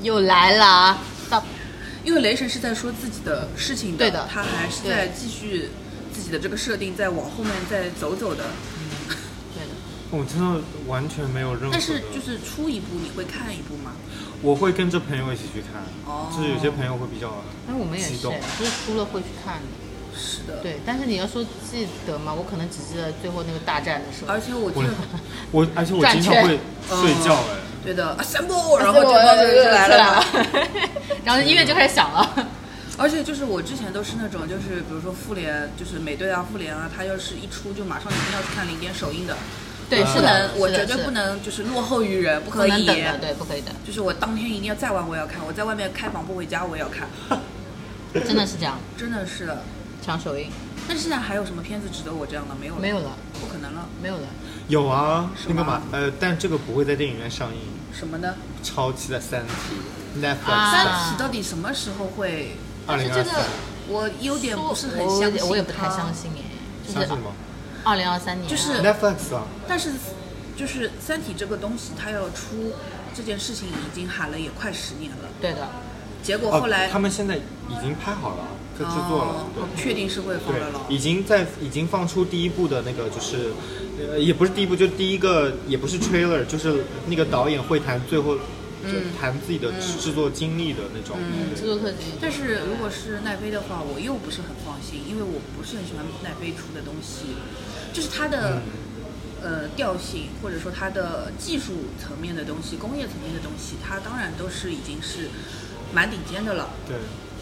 又来了啊。到 因为雷神是在说自己的事情的，对的他还是在继续自己的这个设定，再往后面再走走的。嗯对的，我真的完全没有任何的。但是就是出一部你会看一部吗？我会跟着朋友一起去看，哦就是有些朋友会比较但哎我们也是，激动就是输了会去看的。是的，。对，但是你要说记得嘛，我可能只记得最后那个大战的时候而。且我记我得，我，而且我转经常圈会嗯睡觉哎、对的，assemble，然后就呃就来 了嘛。然后音乐就开始响了。而且就是我之前都是那种，就是比如说复联，就是美队啊、复联啊，它要是一出就马上一定要去看零点首映的，对，我是不的能，，我是的绝对是的不能就是落后于人，不不可能以。等的，对，不可以的，就是我当天一定要再晚我也要看，我在外面开房不回家我也要看，真的是这样，真的是的。抢首映但是现在还有什么片子值得我这样的？没有了，嗯没有，了，不可能了。没有了。有啊，是那个吗马呃，但这个不会在电影院上映，什么呢？超期待《三体》， Netflix 啊三体到底什么时候会？二但是零这二个三，我有点不是很我有相信点它我也不太相。信哎，就相是信吗二零二三年啊，就是？Netflix 啊，但是，就是《三体》这个东西，它要出这件事情已经喊了也快十年了，对的，结果哦后来、他们现在已经拍好了，就制作了哦，对。确定是会放了咯对，已经在已经放出第一部的那个，就是，呃，也不是第一部，就第一个，也不是 trailer，就是那个导演会谈最后，就谈自己的制作经历的那种。嗯制对作特辑，但是如果是奈飞的话，我又不是很放心，因为我不是很喜欢奈飞出的东西，就是它的、嗯呃调性，或者说它的技术层面的东西、工业层面的东西，它当然都是已经是蛮顶尖的了。对，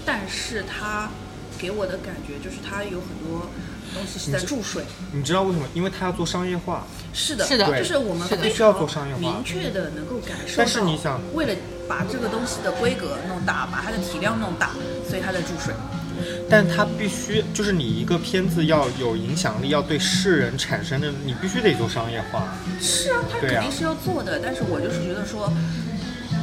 但是它给我的感觉就是它有很多东西是在注水。你知道为什么？因为他要做商业化。是的，是的就是我们是的非必须要常做商业化明确的能够感受到。但是你想，为了把这个东西的规格弄大，把它的体量弄大，所以它在注水。但它必须就是你一个片子要有影响力，要对世人产生的，你必须得做商业化。是啊，它对啊肯定是要做的，但是我就是觉得说，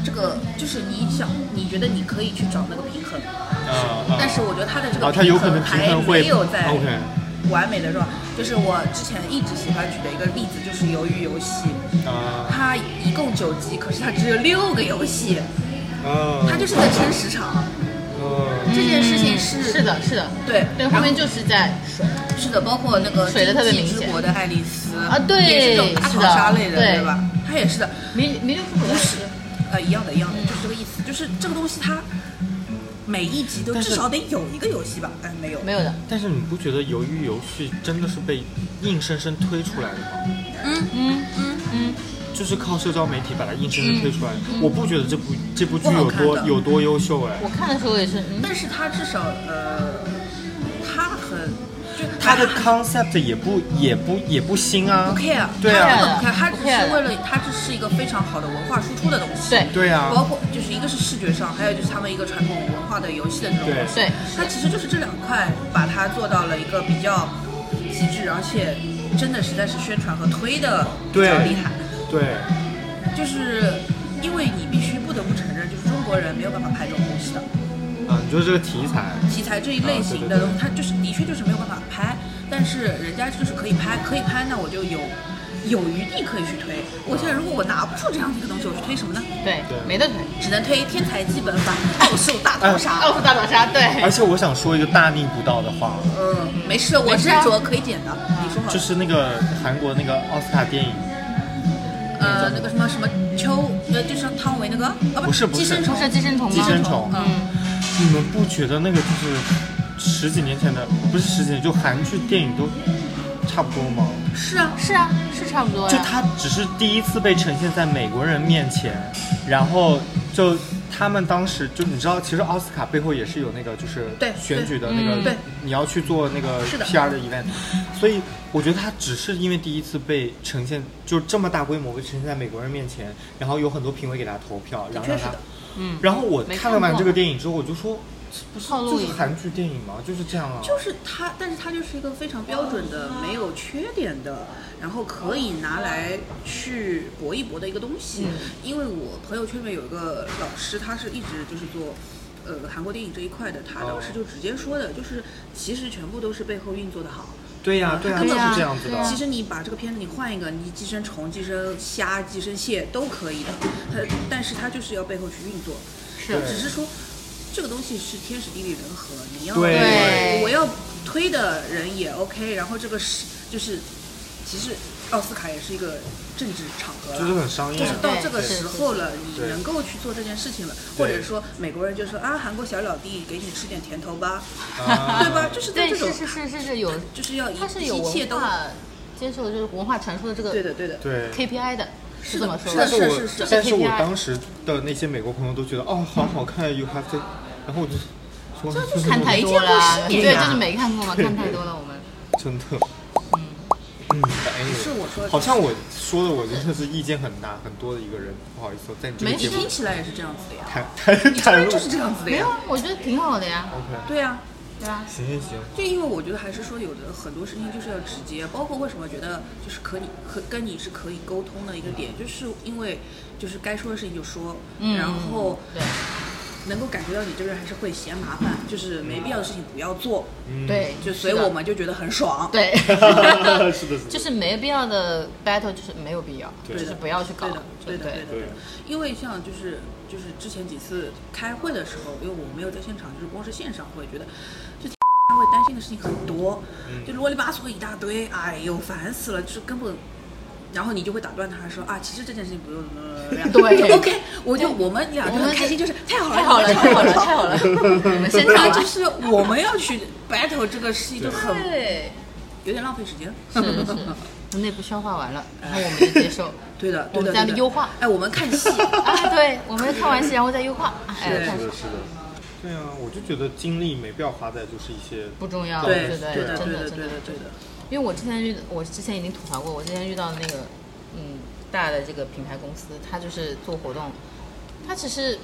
这个就是你想，你觉得你可以去找那个平衡，啊、嗯但是我觉得哦它的这啊，个它有可能平还衡会没有在 OK。完美的状态。就是我之前一直喜欢举的一个例子，就是《鱿鱼游戏》，啊它一共九集，可是它只有六个游戏，啊，它就是在撑时长。嗯这件事情是是是的，是的，对对，然后后面就是在水是的，包括那个水得特别经济明显之国的爱丽丝啊对也是这种大逃杀类的，是的对吧？它也是的，没没六出口不是，呃，一样的，一样的，就是这个意思，就是这个东西它每一集都但是至少得有一个游戏吧？哎，没有，没有的，但是你不觉得鱿鱼游戏真的是被硬生生推出来的吗？嗯嗯嗯，就是靠社交媒体把它硬生生推出来的。我不觉得这部这部剧不好有看多的有多优秀哎，我看的时候也是，嗯，但是它至少呃，它很就它的它 concept 也不也不也不新啊不。care，对啊它真的不 care，它只不 care 是为了它这是一个非常好的文化输出的东西，对对啊，包括就是一个是视觉上，还有就是他们一个传统文化的游戏的这种对东西，对它其实就是这两块把它做到了一个比较极致，而且真的实在是宣传和推的比较对厉害，对，就是因为你必须不得不承认，就是中国人没有办法拍这种东西的啊，你说这个题材，题材这一类型的东西，它就是的确就是没有办法拍，但是人家就是可以拍，可以拍，那我就有。有余地可以去推。我现在如果我拿不出这样的一个东西，我去推什么呢？对对，没得推，只能推《天才基本法》《奥兽大逃杀》奥数大逃杀，对而，且我想说一个大逆不道的话，嗯，没事，我没事斟啊酌可以剪的。你说好了就是那个韩国那个奥斯卡电影，呃，那个什么什么秋，呃，就是汤唯那个啊，不是不寄是生不虫，啊是寄生虫吗？寄生虫嗯，你们不觉得那个就是十几年前的，不是十几年，就韩剧电影都差不多吗？是啊，是啊，是差不多就嗯呀，它只是第一次被呈现在美国人面前，然后就他们当时就你知道，其实奥斯卡背后也是有那个就是对选举的那个，对嗯对你要去做那个是的 PR 的 event，所以我觉得它只是因为第一次被呈现，就这么大规模被呈现在美国人面前，然后有很多评委给他投票，然后让确实他的，嗯，然后我没看了完看过这个电影之后，我就说，不套这路是一韩剧电影吗？就是这样啊，就是它，但是它就是一个非常标准的，没有缺点的，然后可以拿来去搏一搏的一个东西。嗯因为我朋友圈里面有一个老师，他是一直就是做。呃，韩国电影这一块的，他当时就直接说的，就是其实全部都是背后运作的好，对呀、对呀、根就本不是是这样子的。啊其实你把这个片子你换一个，你寄生虫、寄生虾、寄生蟹都可以的，它但是它就是要背后去运作，是对只是说这个东西是天时地利人和，你要对对我要推的人也 OK，然后这个是就是其实奥斯卡也是一个政治场合啦就是很商业就是啊，到这个对时是候了，你对能够去做这件事情了，对或者说美国人就说啊，韩国小老弟给你吃点甜头吧，啊对吧？就是在对，这种是，是是是是有，就是要一它是有一切文都化接受，就是文化传输的这对个的，对的，对。 KPI 的，是是这的么说是的的但，是我是但是我 KPI 当时的那些美国朋友都觉得哦，好好看，You have to，然后我就说就是看太没多见过了，世面对，呀就是没看 过嘛，看太多了，我们真的，嗯，哎呦是我说的好像我说的我真的是意见很大很多的一个人，不好意思，在你这个没节目 哎听起来也是这样子的呀，谈谈你当谈然论就是这样子的没啊呀有，，啊，我觉得挺好的呀， OK，对呀，对啊，行行行，就因为我觉得还是说有的很多事情就是要直接，包括为什么觉得就是可以可跟你是可以沟通的一个点，就是因为就是该说的事情就说，嗯，然后对能够感觉到你这个人还是会嫌麻烦，就是没必要的事情不要做，嗯，对，就是所以的我们就觉得很爽。 对， 是的，是的，就是没必要的 battle 就是没有必要，就的是不要去搞对对的，，对不对的，对的，对的。因为像就是就是之前几次开会的时候，因为我没有在现场，就是光是线上会，觉得就他会担心的事情很多，就啰里吧嗦一大堆，哎呦烦死了，就是根本。然后你就会打断他说啊，其实这件事情不用怎么 怎么样。对就 OK，我就对我们俩就我们很开心，就是太好了，太好了，太好了，太好 了，你们先真的唱吧就。是我们要去 battle 这个事情就很对，有点浪费时间。是是，内部消化完了，哎然后我们就接受。 对的，我对们的，在对的优化哎，我们 看戏，啊，对，我们看完戏然后再优化，哎，是看是的，对啊，我就觉得精力没必要花在就是一些不重要，对对对的，真的对的，真对的的，，对的。因为我之前遇，我之前已经吐槽过，我之前遇到那个，嗯，大的这个品牌公司，他就是做活动，他只是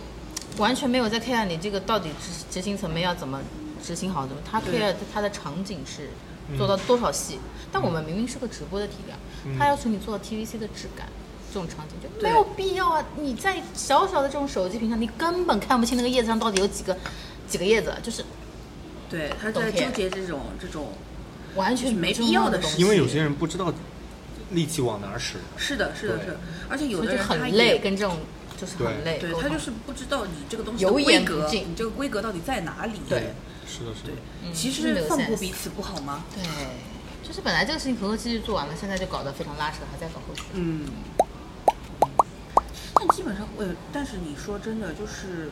完全没有在 care 你这个到底执执行层面要怎么执行好，怎么他 care 他的场景是做到多少戏，但我们明明是个直播的体量，他要求你做到 TVC 的质感。这种场景就没对有必要啊！你在小小的这种手机屏上，你根本看不清那个叶子上到底有几个几个叶子，就是对，他懂在骗纠人结这种这种，完全就是没不重必要的的东事西因为有些人不知道力气往哪儿使，是的，是的，对是的，而且有所以的就人他很也累，，跟这种就是很对累沟对通。他就是不知道你这个东西的油盐规不格，进你这个规格到底在哪里？对是的，是对的，，其是没实有放 sense 过彼此不好吗？对，就是本来这个事情合合气气做完了，现在就搞得非常拉扯，还在搞后续。嗯。但基本上，呃，但是你说真的，就是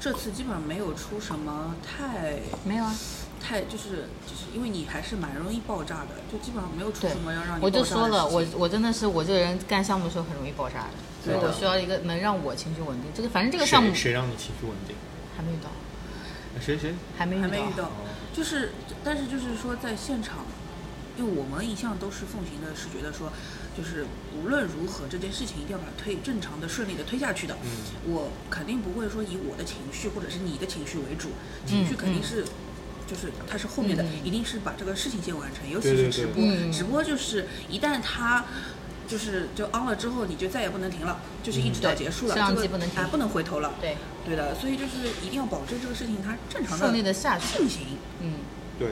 这次基本上没有出什么太没有啊，太，就是就是因为你还是蛮容易爆炸的，就基本上没有出对什么要让，你我就爆炸说的了，事我情我真的是我这个人干项目的时候很容易爆炸的，所以对的我需要一个能让我情绪稳定。这个反正这个项目谁谁让你情绪稳定？还没遇到，谁谁？还没遇还没遇到。到，就是但是就是说在现场，因为我们一向都是奉行的是觉得说，就是无论如何这件事情一定要把它推正常的、顺利的推下去的。嗯我肯定不会说以我的情绪或者是你的情绪为主，嗯情绪肯定是。就是它是后面的，一定是把这个事情先完成，尤其对是对直对播，嗯直播就是一旦它就是就 on 了之后，你就再也不能停了，就是一直到嗯对结束了，摄像这个机不能停啊不能回头了，对，对的，所以就是一定要保证这个事情它正常的顺利的下去。进行。嗯，对，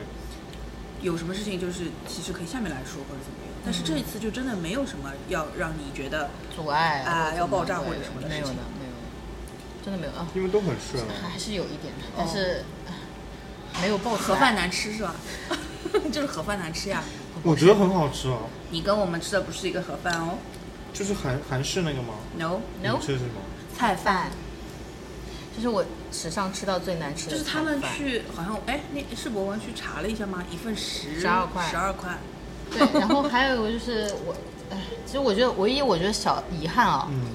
有什么事情就是其实可以下面来说或者怎么样，但是这一次就真的没有什么要让你觉得阻碍啊或者要爆炸怎或者什么的没有的，没事情有的，真的没有啊，因为都很顺啊。还是有一点的，但是唉没有爆出哦盒来饭难吃是 吧？就是盒饭难吃呀，我觉得很好吃啊，你跟我们吃的不是一个盒饭哦就是韩韩式那个吗？ ，no，你 No 们吃的是什么？菜饭就是我史上吃到最难吃的就菜饭，是他们去好像哎那是博文去查了一下吗？一份十12块十二块，对， 然后还有一个就是我，哎，其实我觉得唯一我觉得小遗憾啊、嗯嗯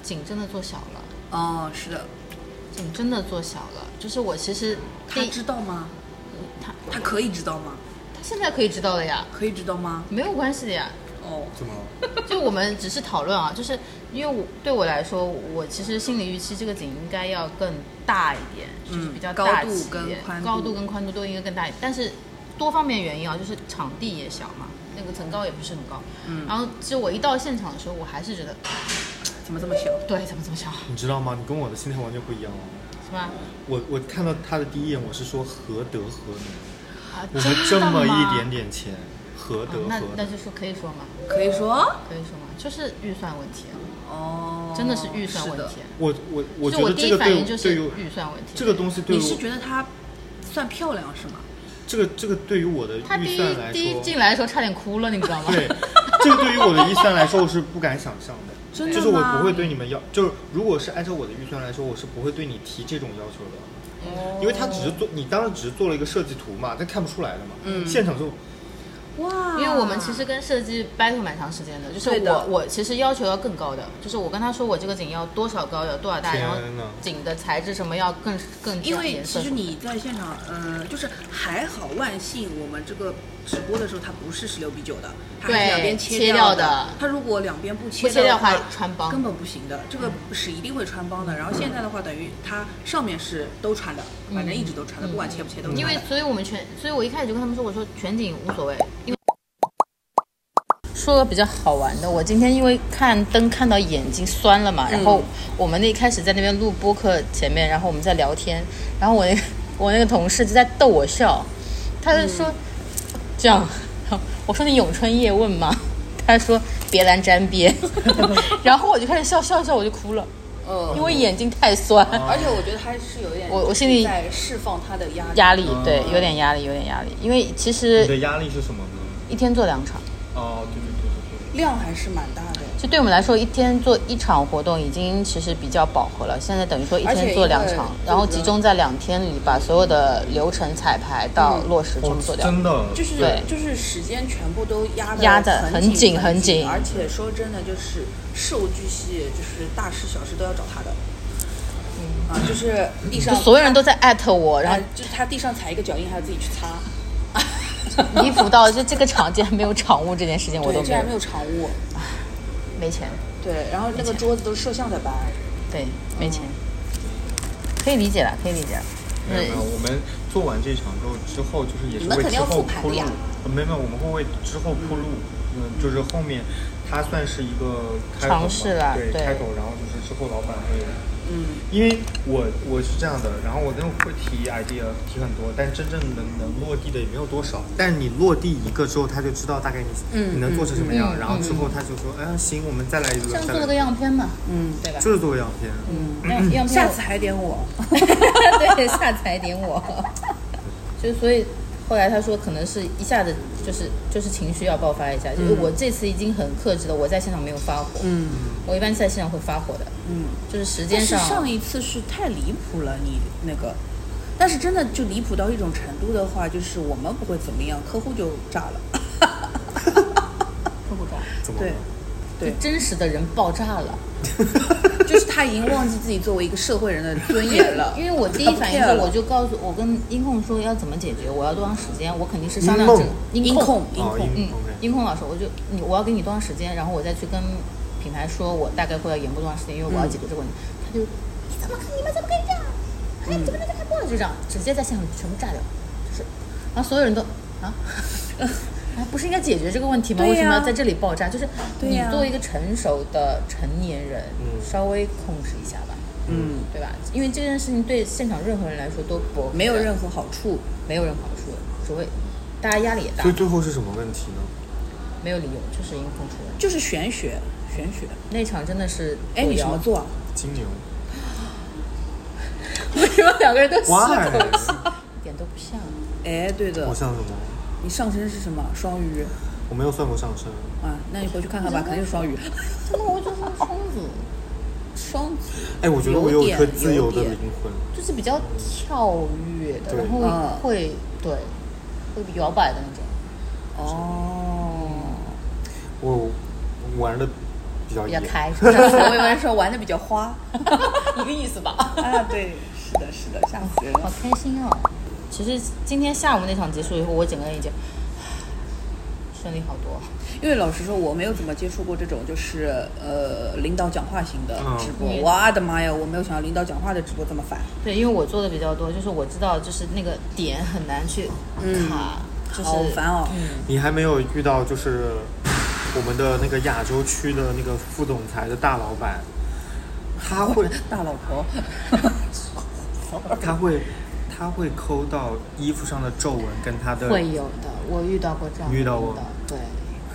景真的做小了，哦是的，景真的做小了。就是我其实第他知道吗？他他可以知道吗？他现在可以知道了呀，可以知道吗？没有关系的呀。哦，怎么了？就我们只是讨论啊，就是因为我对我来说，我其实心理预期这个景应该要更大一点，就是嗯比较高大度气一跟点宽高度度跟宽度都应该更大一点。但是多方面原因啊，就是场地也小嘛，那个层高也不是很高。嗯，然后其实我一到现场的时候，我还是觉得，怎么这么小？对，怎么这么小，你知道吗？你跟我的心态完全不一样哦。是吧？我我看到他的第一眼，我是说何德何能？啊，我真们的这么吗一点点钱，何啊德那何那能？就说可以说嘛，可以说可以说嘛，就是预算问题，啊哦，真的是预算问是的题。啊我我我就觉我得第这一个反对应我就是对于预算问题。这个东西对你是我觉得她算漂亮是吗？这个这个对于我的他第预一算来第一说，进来的时候差点哭了，你知道吗？对，这个对于我的预算来说，我是不敢想象的。真的就是我吗不会对你们要，就是如果是按照我的预算来说，我是不会对你提这种要求的，因为他只是做，你当时只是做了一个设计图嘛，他看不出来的嘛。嗯，现场就哇，因为我们其实跟设计 battle 蛮长时间的，就是对我的我其实要求要更高的，就是我跟他说我这个景要多少高，要多少大，天然后呐景的材质什么要更更因为颜色什其实么的你在现场，呃，就是还好万幸，我们这个直播的时候它不是十六比九的，它对是两边切掉掉的它如果两边不不切掉的的话话，穿帮根本不行的，这个是一定会穿帮的。然后现在的话，等于它上面是都穿的，反正一直都穿的，不管切不切都穿的。嗯因为所以我们全，所以我一开始就跟他们说，我说全景无所谓，因为说个比较好玩的，我今天因为看灯看到眼睛酸了嘛，然后我们那一开始在那边录播客前面，然后我们在聊天，然后我那个 我那个同事就在逗我笑，他就说、这样， 我说你咏春叶问吗？ 他说别拦沾边， 然后我就开始笑笑笑，我就哭了，呃因为眼睛太酸，而且我觉得它是有一点，我我心里在释放它的压力。压力对，有点压力，有点压力，因为其实你的压力是什么呢？一天做两场，哦，对对对对对。量还是蛮大的，就对我们来说，一天做一场活动已经其实比较饱和了。现在等于说一天做两场而且因，为然后集中在两天里把所有的流程彩排到落实全部做哦，掉。真的，就是对就是时间全部都压得压得很很紧很很紧而且说真的，就是事无巨细，就是大事小事都要找他的。嗯啊，就是地就上所有人都在艾特我，然啊后，就是他地上踩一个脚印，还要自己去擦。哦离谱 到就这个场竟然没有场务这件事情，我都对，没这有还没有常务。没钱，对，然后那个桌子都是摄像的搬。对，没钱，可以理解了，可以理解了。没有没有，我们做完这场之后，之后就是也是你们为肯之定要后复盘铺的路呀。呃没有没有，我们会为之后铺路。嗯，就是后面它算是一个开头嘛尝试啦对对开头，然后就是之后老板会。嗯，因为我我是这样的，然后我那种会提 idea 提很多，但真正能能落地的也没有多少。但你落地一个之后，他就知道大概你、嗯你能做成什么样，嗯然后之后他就说，哎，行，我们再来一轮，像再做了个来，样片嘛，嗯对吧？就是做个样片。样片嗯下次还点我。 对，下踩点我，就所以后来他说可能是一下子就是就是情绪要爆发一下，就是我这次已经很克制了，我在现场没有发火，嗯我一般在现场会发火的，嗯，就是时但间是上，上一次是太离谱了，你那个。但是真的就离谱到一种程度的话，就是我们不会怎么样，客户就炸了。会不会怎么了对，对就真实的人爆炸了， 就是他已经忘记自己作为一个社会人的尊严了。因为我第一反应啊他是不 care 我了就告诉我跟音控说要怎么解决，我要多长时间，我肯定是商量这个音控控音哦，控，嗯 OK，音控老师，我就你我要给你多长时间，然后我再去跟品牌说我大概会要延播多长时间，因为我要解决这个问题。他就你怎么可你们怎么可以这样？哎，你怎么能开播？就这样，直接在现场全部炸掉，就是，然后所有人都啊。 啊，不是应该解决这个问题吗？对呀为什么要在这里爆炸？就是对你呀作为一个成熟的成年人，嗯稍微控制一下吧，嗯，对吧？因为这件事情对现场任何人来说都不没有任任何好处。没有任何好处，只会大家压力也大所以，最后是什么问题呢？没有理由，就是音控出来。就是玄学，玄学。那场真的是哎，你什 么座啊？金牛。为什么两个人都吸 Why？口气？一点都不像。哎，对的我，像什么？你上身是什么？双鱼我没有算过上升。啊？那你回去看看吧，肯定是双鱼。怎么我就是双子， 双子，哎，我觉得我有有一点颗自由的有点灵魂。就是比较跳跃的，对然后嗯会对会摇摆的那种， 哦，我玩的比较比野 较，开，上次我以为说玩的比较花。一个意思吧。 啊，对，是的，是的，吓死人好了。开心哦！其实今天下午那场结束以后，我整个人已经 顺利好多。因为老实说，我没有怎么接触过这种就是呃领导讲话型的嗯直播。嗯我的妈呀，我没有想到领导讲话的直播这么烦。对，因为我做的比较多，就是我知道就是那个点很难去嗯卡，就是嗯好烦哦！你还没有遇到就是我们的那个亚洲区的那个副总裁的大老板，他会 大老婆，他会他会抠到衣服上的皱纹跟他的，会有的，我遇到过这样的遇到过领导对，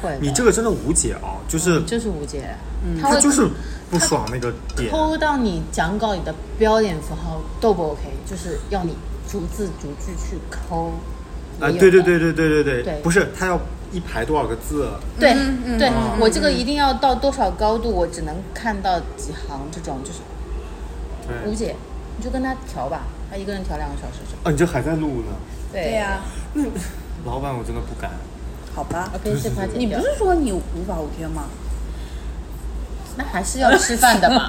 会的。你这个真的无解啊，就是、就是无解，嗯他他会就是不爽那个点，抠到你讲稿里的标点符号都不 OK，就是要你逐字逐句去抠。啊，也有对对的对对对对对不是他要一排多少个字，对嗯嗯对，我这个一定要到多少高度，我只能看到几行，这种就是无对，解，你就跟他调吧，他一个人调两个小时这种。啊，你这还在录呢，对啊对呀、老板我真的不敢，好吧。 ，OK，这块你剪不掉。是说你无法无天吗？那还是要吃饭的 嘛？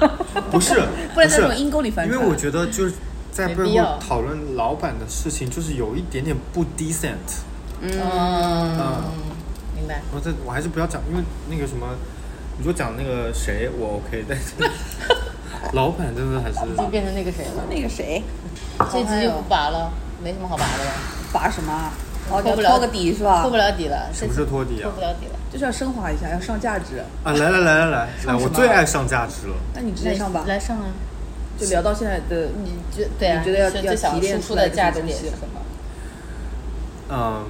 不是 不不然在是这种阴沟里翻因船。为我觉得就是在没背必后要讨论老板的事情，就是有一点点不 decent。嗯嗯，明白。我这我还是不要讲，因为那个什么，你说讲那个谁我 OK，但是老板真的还是已经变成那个谁了，那个谁，这集就不拔了，没什么好拔的了，拔什么啊？哦，脱要不了掏个底是吧？破不了底了。什么是托底破 啊不？了底了？就是要升华一下，要上价值。啊，来来来来来来，上什么我最爱上价值了。那你直接上吧，来上啊！就聊到现在的你觉对啊？你觉得要是要最想提炼输出出来的这些价值东点西是什么？嗯，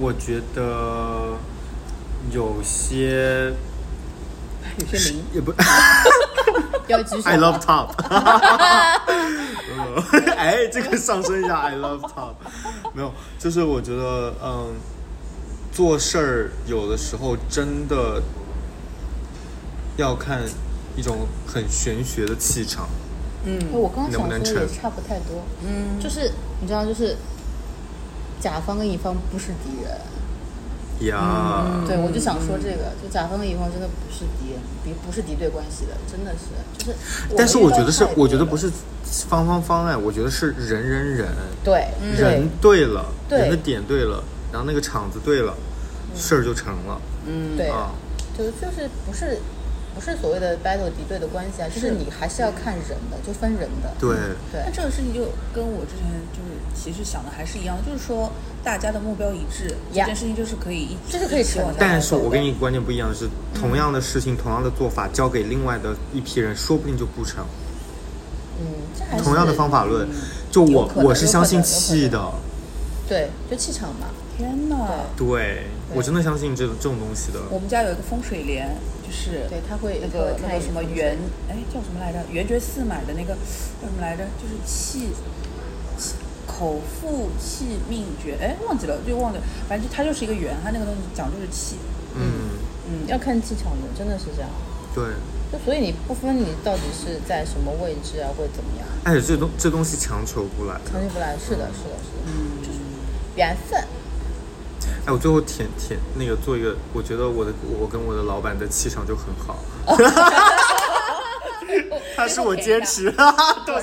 我觉得有些有些零。也不要举 手。 I love top 呃。哎，这个上升一下 I love top。没有，就是我觉得，嗯，做事儿有的时候真的要看一种很玄学的气场。哎我刚嗯刚想能不能说也成差不太多，嗯，就是你知道，就是甲方跟乙方不是敌人，呀，对我就想说这个，就甲方跟乙方真的不是敌人，敌不是敌对关系的，真的是，就是们遇到太多了。但是我觉得是，我觉得不是方方方哎，我觉得是人人人。对嗯对人嗯对嗯了，对人的点对了，然后那个场子对了，事儿就成了、对，啊。就就是不是不是所谓的 battle 敌对的关系啊，就是你还是要看人的，就分人的。对，对那，这个事情就跟我之前就是其实想的还是一样，就是说大家的目标一致，这 Yeah 件事情就是可以一起这是可以一起往成的下但是我跟你观念不一样的是，嗯同样的事情，同样的做法，交给另外的一批人，说不定就不成。嗯，这还是嗯同样的方法论，就有我可能我是相信有可能气的，对，就气场嘛。天哪！对我真的相信这种这种东西的。我们家有一个风水帘，就是对它会那个它会那看个一什个风么水圆，哎叫什么来着？圆觉寺买的那个叫什么来着？就是气气口腹气命诀，哎忘记了就忘记了，反正就它就是一个圆，它那个东西讲就是气。嗯，嗯，要看气场的，真的是这样。对。就所以你不分你到底是在什么位置啊，或者怎么样，而哎且这东这东西强求不来的。强求不来。是的，是的，是的，嗯，就是缘分。哎，我最后舔舔那个做一个，我觉得我的我跟我的老板的气场就很好。 他是我啊坚持，到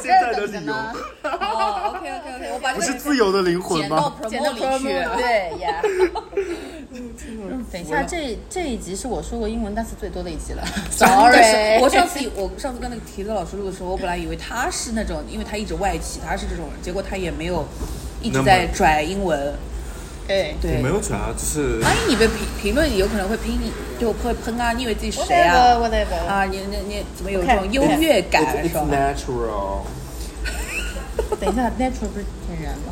现在的理由， 哦，OK OK OK，我把不是自由的灵魂剪到吗？ promo 里去。对呀。 嗯等一下，这这一集是我说过英文单词最多的一集 了。真的是 Sorry，我上次以我上次跟那个提子老师录的时候，我本来以为他是那种，因为他一直外企，他是这种人，结果他也没有一直在拽英文。对，对，有转啊， 就是万一你被评评论有可能会拼你，就会喷啊，你以为自己谁啊？ ？Whatever，whatever。啊，你你你怎么有这种优越感是吧？ natural。等一下，natural 不是天然吗？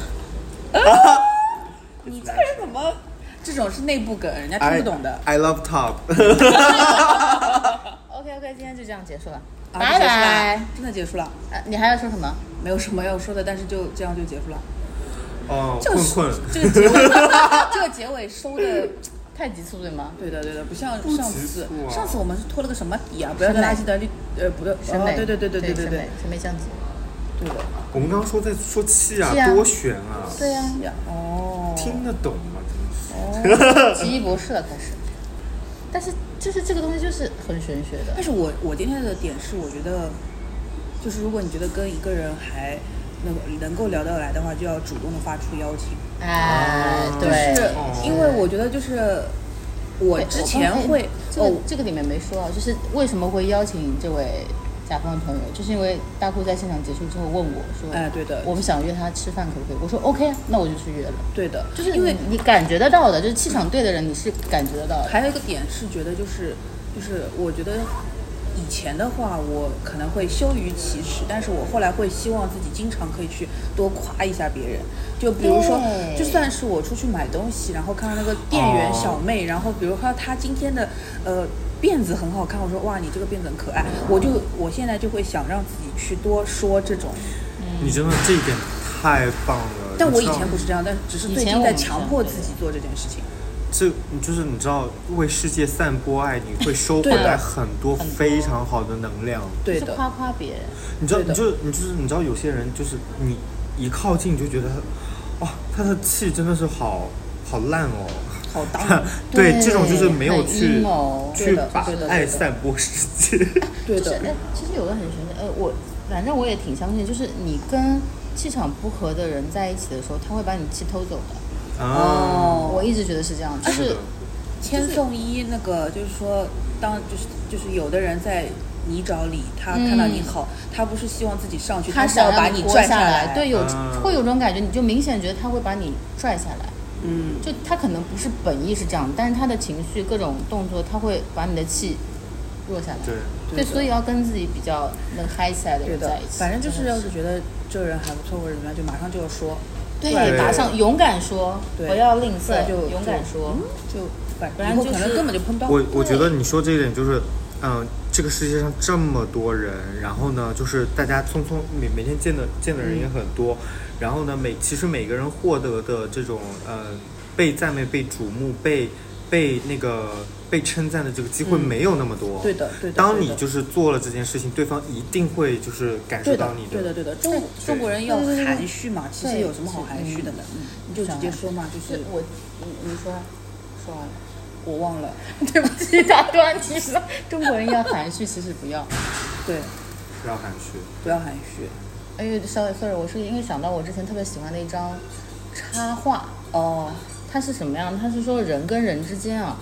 你这个人怎么？这种是内部梗，人家听不懂的。 I love top。 OK OK，今天就这样结束了，啊拜就结束了拜。真的结束了，呃，你还要说什么？没有什么要说的，但是就这样就结束了。哦，这个困困。这个结尾，这个结尾收的太急促对吗？对的，对的，不像上次急促，啊上次我们是拖了个什么底啊？不要跟审美垃圾的绿，呃，不对，审哦美，，对对对对对对审对美，审美降级。对的，我们刚刚说在说气啊气，啊多悬啊，对呀，呀，哦，听得懂吗？真的是。奇异博士了开始。但是就是这个东西就是很玄学的但，是我我今天的点是，我觉得，就是如果你觉得跟一个人还能能够聊得来的话，就要主动的发出邀请，哎，就是对。因为我觉得就是我哎之前会这个哦，这个里面没说啊，就是为什么会邀请这位甲方朋友，就是因为大顾在现场结束之后问我说，哎对的我们想约他吃饭，可不可以？我说 OK，啊，那我就去约了。对的，就是因为你感觉得到的，就是气场对的人，你是感觉得到的。还有一个点是觉得就是就是我觉得以前的话，我可能会羞于启齿，但是我后来会希望自己经常可以去多夸一下别人。就比如说，对就算是我出去买东西，然后看到那个店员小妹，然后比如说她今天的呃。辫子很好看，我说哇，你这个辫子很可爱，我就我现在就会想让自己去多说这种，你真的这一点太棒了。但我以你知道前不是这样，但只是以最前近我在们是强这迫样自己做这件事情。这你就是你知道，为世界散播爱，你会收获啊来很多非常好的能量。对就是的，夸夸别人，你知道，对的你就你就是你知道，有些人就是你一靠近你就觉得他，哇、他的气真的是好好烂哦。好 当， 对，对这种就是没有很去 emo 去对的把对的对的爱散播世 界。对就是的，哎，其实有个很玄的，呃，我反正我也挺相信，就是你跟气场不合的人在一起的时候，他会把你气偷走的。啊，哦我一直觉得是这样，就是是的，千颂伊那个就是说，当就是就是有的人在泥沼里，他看到你好，他不是希望自己上去，嗯他是要想把你你活拽下嗯来。对，，有啊会有种感觉，你就明显觉得他会把你拽下来。嗯，就他可能不是本意是这样，但是他的情绪、各种动作，他会把你的气弱下来。对，对，所以要跟自己比较能嗨起来的对人的在一，起。反正就是真要的是觉得这个人还不错或者怎么样，就马上就要说，对对打上勇敢说，对不要吝不然啬，就勇敢说。，就嗯就反不然以后就可能是根本就碰不到。我我觉得你说这一点就是，嗯、这个世界上这么多人，然后呢，就是大家匆匆每每天见的见的人也很多，嗯然后呢，每其实每个人获得的这种呃被赞美、被瞩目、被被那个被称赞的这个机会没有那么多。嗯对的，对的。当对你的就是做了这件事情，对方一定会就是感受对到的你，对的，对的。中中国人要含蓄嘛，其实有什么好含蓄的呢？你就直接说嘛，就是我，你你说，说完了。 我忘了。对不起，打 断你说，中国人要含蓄，其实不要。对，不要含蓄。不要含蓄。哎呦，稍微 sorry，我是因为想到我之前特别喜欢的一张插画，哦，它是什么样？它是说人跟人之间啊，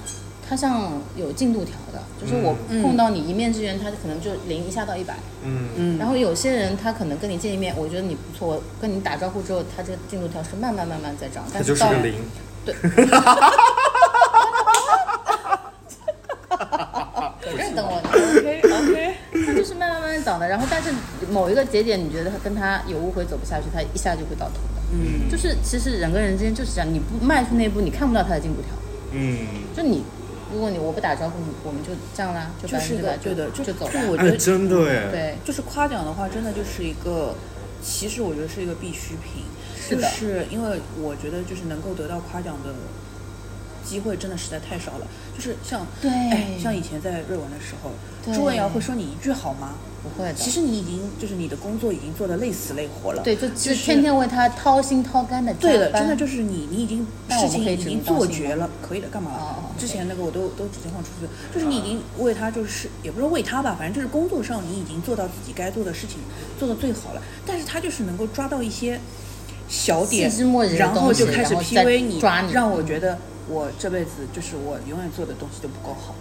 它像有进度条的，就是我嗯碰到你一面之缘，它可能就零一下到一百、嗯，嗯，然后有些人他可能跟你见一面，我觉得你不错，我跟你打招呼之后，他这个进度条是慢慢慢慢在涨，它但就是到嗯个零。等着等我，OK OK，它就是慢慢慢慢涨的，然后但是某一个节点，你觉得他跟他有误会走不下去，他一下就会到头的。嗯，就是其实人跟人之间就是这样，你不迈出那一步，你看不到他的进步条。嗯，就你，如果你我不打招呼，你我们就这样啦，就就百是分一之个百对的，就就走就了。我觉哎，得嗯真的哎。对，就是夸奖的话，真的就是一个，其实我觉得是一个必需品，是就的是因为我觉得就是能够得到夸奖的机会真的实在太少了，就是像对哎像以前在瑞文的时候，对朱文瑶会说你一句好吗？不会的。其实你已经就是你的工作已经做得累死累活了，对，就就是是天天为他掏心掏肝的对的，真的就是你，你已经但我事们情可以已只经能当做新绝闻了，可以的，干嘛了？哦哦之前那个我都都直接放出去了，就是你已经为他就是也不是为他吧，反正就是工作上你已经做到自己该做的事情，做的最好了。但是他就是能够抓到一些小点细枝末节，的然后东西就开始然后再 PUA 你，抓你让我觉得我这辈子就是我永远做的东西都不够好。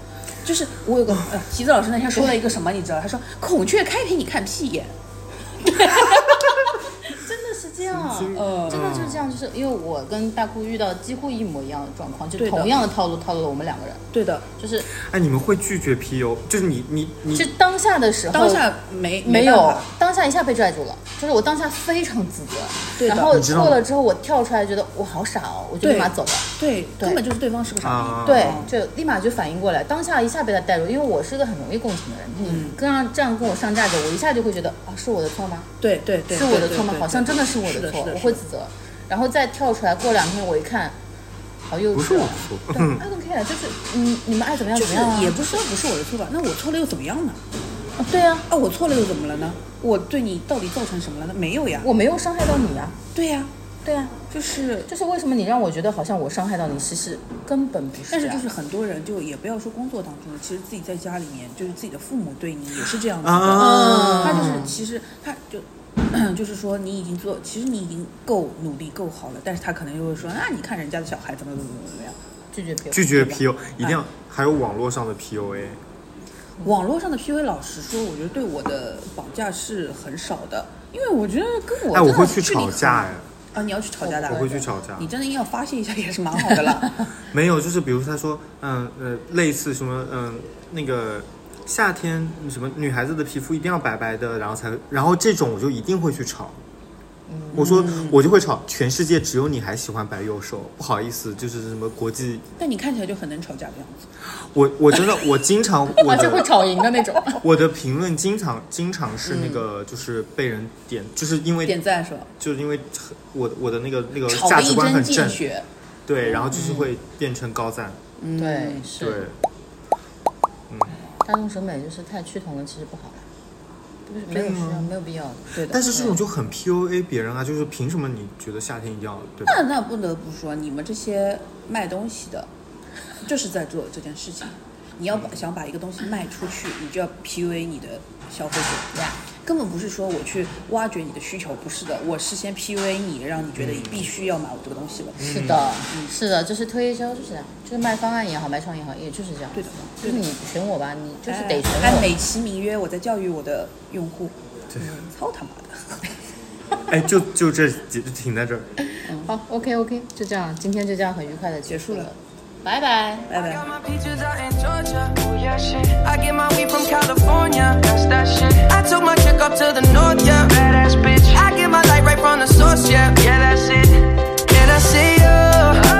就是我有个哦呃，席子老师那天说了一个什么，你知道？他说孔雀开屏你看屁眼，真的是这样。呃，真的就是这样，就是因为我跟大姑遇到几乎一模一样的状况，就对的同样的套路套路了我们两个人，对的，就是哎，你们会拒绝 PU？就是你你你就当下的时候，当下没没办有法，当下一下被拽住了，就是我当下非常自责，对的然后你知道错了之后我跳出来，觉得我好傻哦，我就立马对哦走了。对，对根本就是对方是个傻逼。啊，对，就立马就反应过来，当下一下被他带入，因为我是一个很容易共情的人，嗯你跟上这样跟我上价值，我一下就会觉得啊是我的错吗？对对对，是我的对错吗对？对好像真的是我是的错是，的我是会的自责，然后再跳出来，过两天我一看，好幼不是稚我啊。错。对，I don't care，就是你你们爱怎么样就怎么是样啊，也不是说不是我的错吧？那我错了又怎么样呢？啊对啊，啊，我错了又怎么了呢？我对你到底造成什么了呢？没有呀，我没有伤害到你啊，对呀，对啊，就是，就是为什么你让我觉得好像我伤害到你，其实根本不是啊，但是就是很多人就也不要说工作当中，其实自己在家里面，就是自己的父母对你也是这样子的，嗯啊他就是其实他就。 就是说，你已经做，其实你已经够努力、够好了，但是他可能就会说，啊，你看人家的小孩怎么怎么怎么样。拒绝别人拒绝对吧 PU，一定要还有网络上的 PUA，网络上的 PUA，老实说，我觉得对我的绑架是很少的，因为我觉得跟我哎，真我的会去距离吵很架哎，啊，你要去吵架的啊，我会去吵架你。真的硬要发泄一下也是蛮好的啦。 没有，就是比如他说，嗯呃，类似什么，嗯、那个夏天什么女孩子的皮肤一定要白白的，然后才，然后这种我就一定会去吵。我说嗯我就会吵，全世界只有你还喜欢白幼瘦，不好意思，就是什么国际，但你看起来就很能吵架的样 子。我我真的我经常我 而且会的吵赢的那种。我的评论经常经常是那个就是被人点，就是因为嗯点赞是吧？就是因为我的我的那个那个吵价得值一观针很见正，血。对，然后就是会变成高赞，嗯，对，对是。大众审美就是太趋同了，其实不好啦，不是没有需要，没有必要的。对的。但是这种就很 PUA 别人啊，就是凭什么你觉得夏天一定要对吧那？那不得不说，你们这些卖东西的，就是在做这件事情。你要把想把一个东西卖出去，你就要 PUA 你的消费者。根本不是说我去挖掘你的需求，不是的，我事先 PUA 你，让你觉得你必须要买我这个东西了。是的，是的，就是推销就是这样，就是卖方案也好，卖创意也好，也就是这样。对的就是你选我吧，你就是哎得选按美我。其名曰我在教育我的用户，对嗯操他妈的！哎，就就这就停在这儿。好，OK OK，就这样，今天就这样很愉快的结束了了，拜拜。拜拜。 Got my peaches out in Georgia. Oh yeah, shit. I get my weed from California. That's that shit. I took my chick up to the north, yeah. Badass bitch. I get my light right from the source, yeah. Yeah, that's it. Can I see you? Oh, Oh,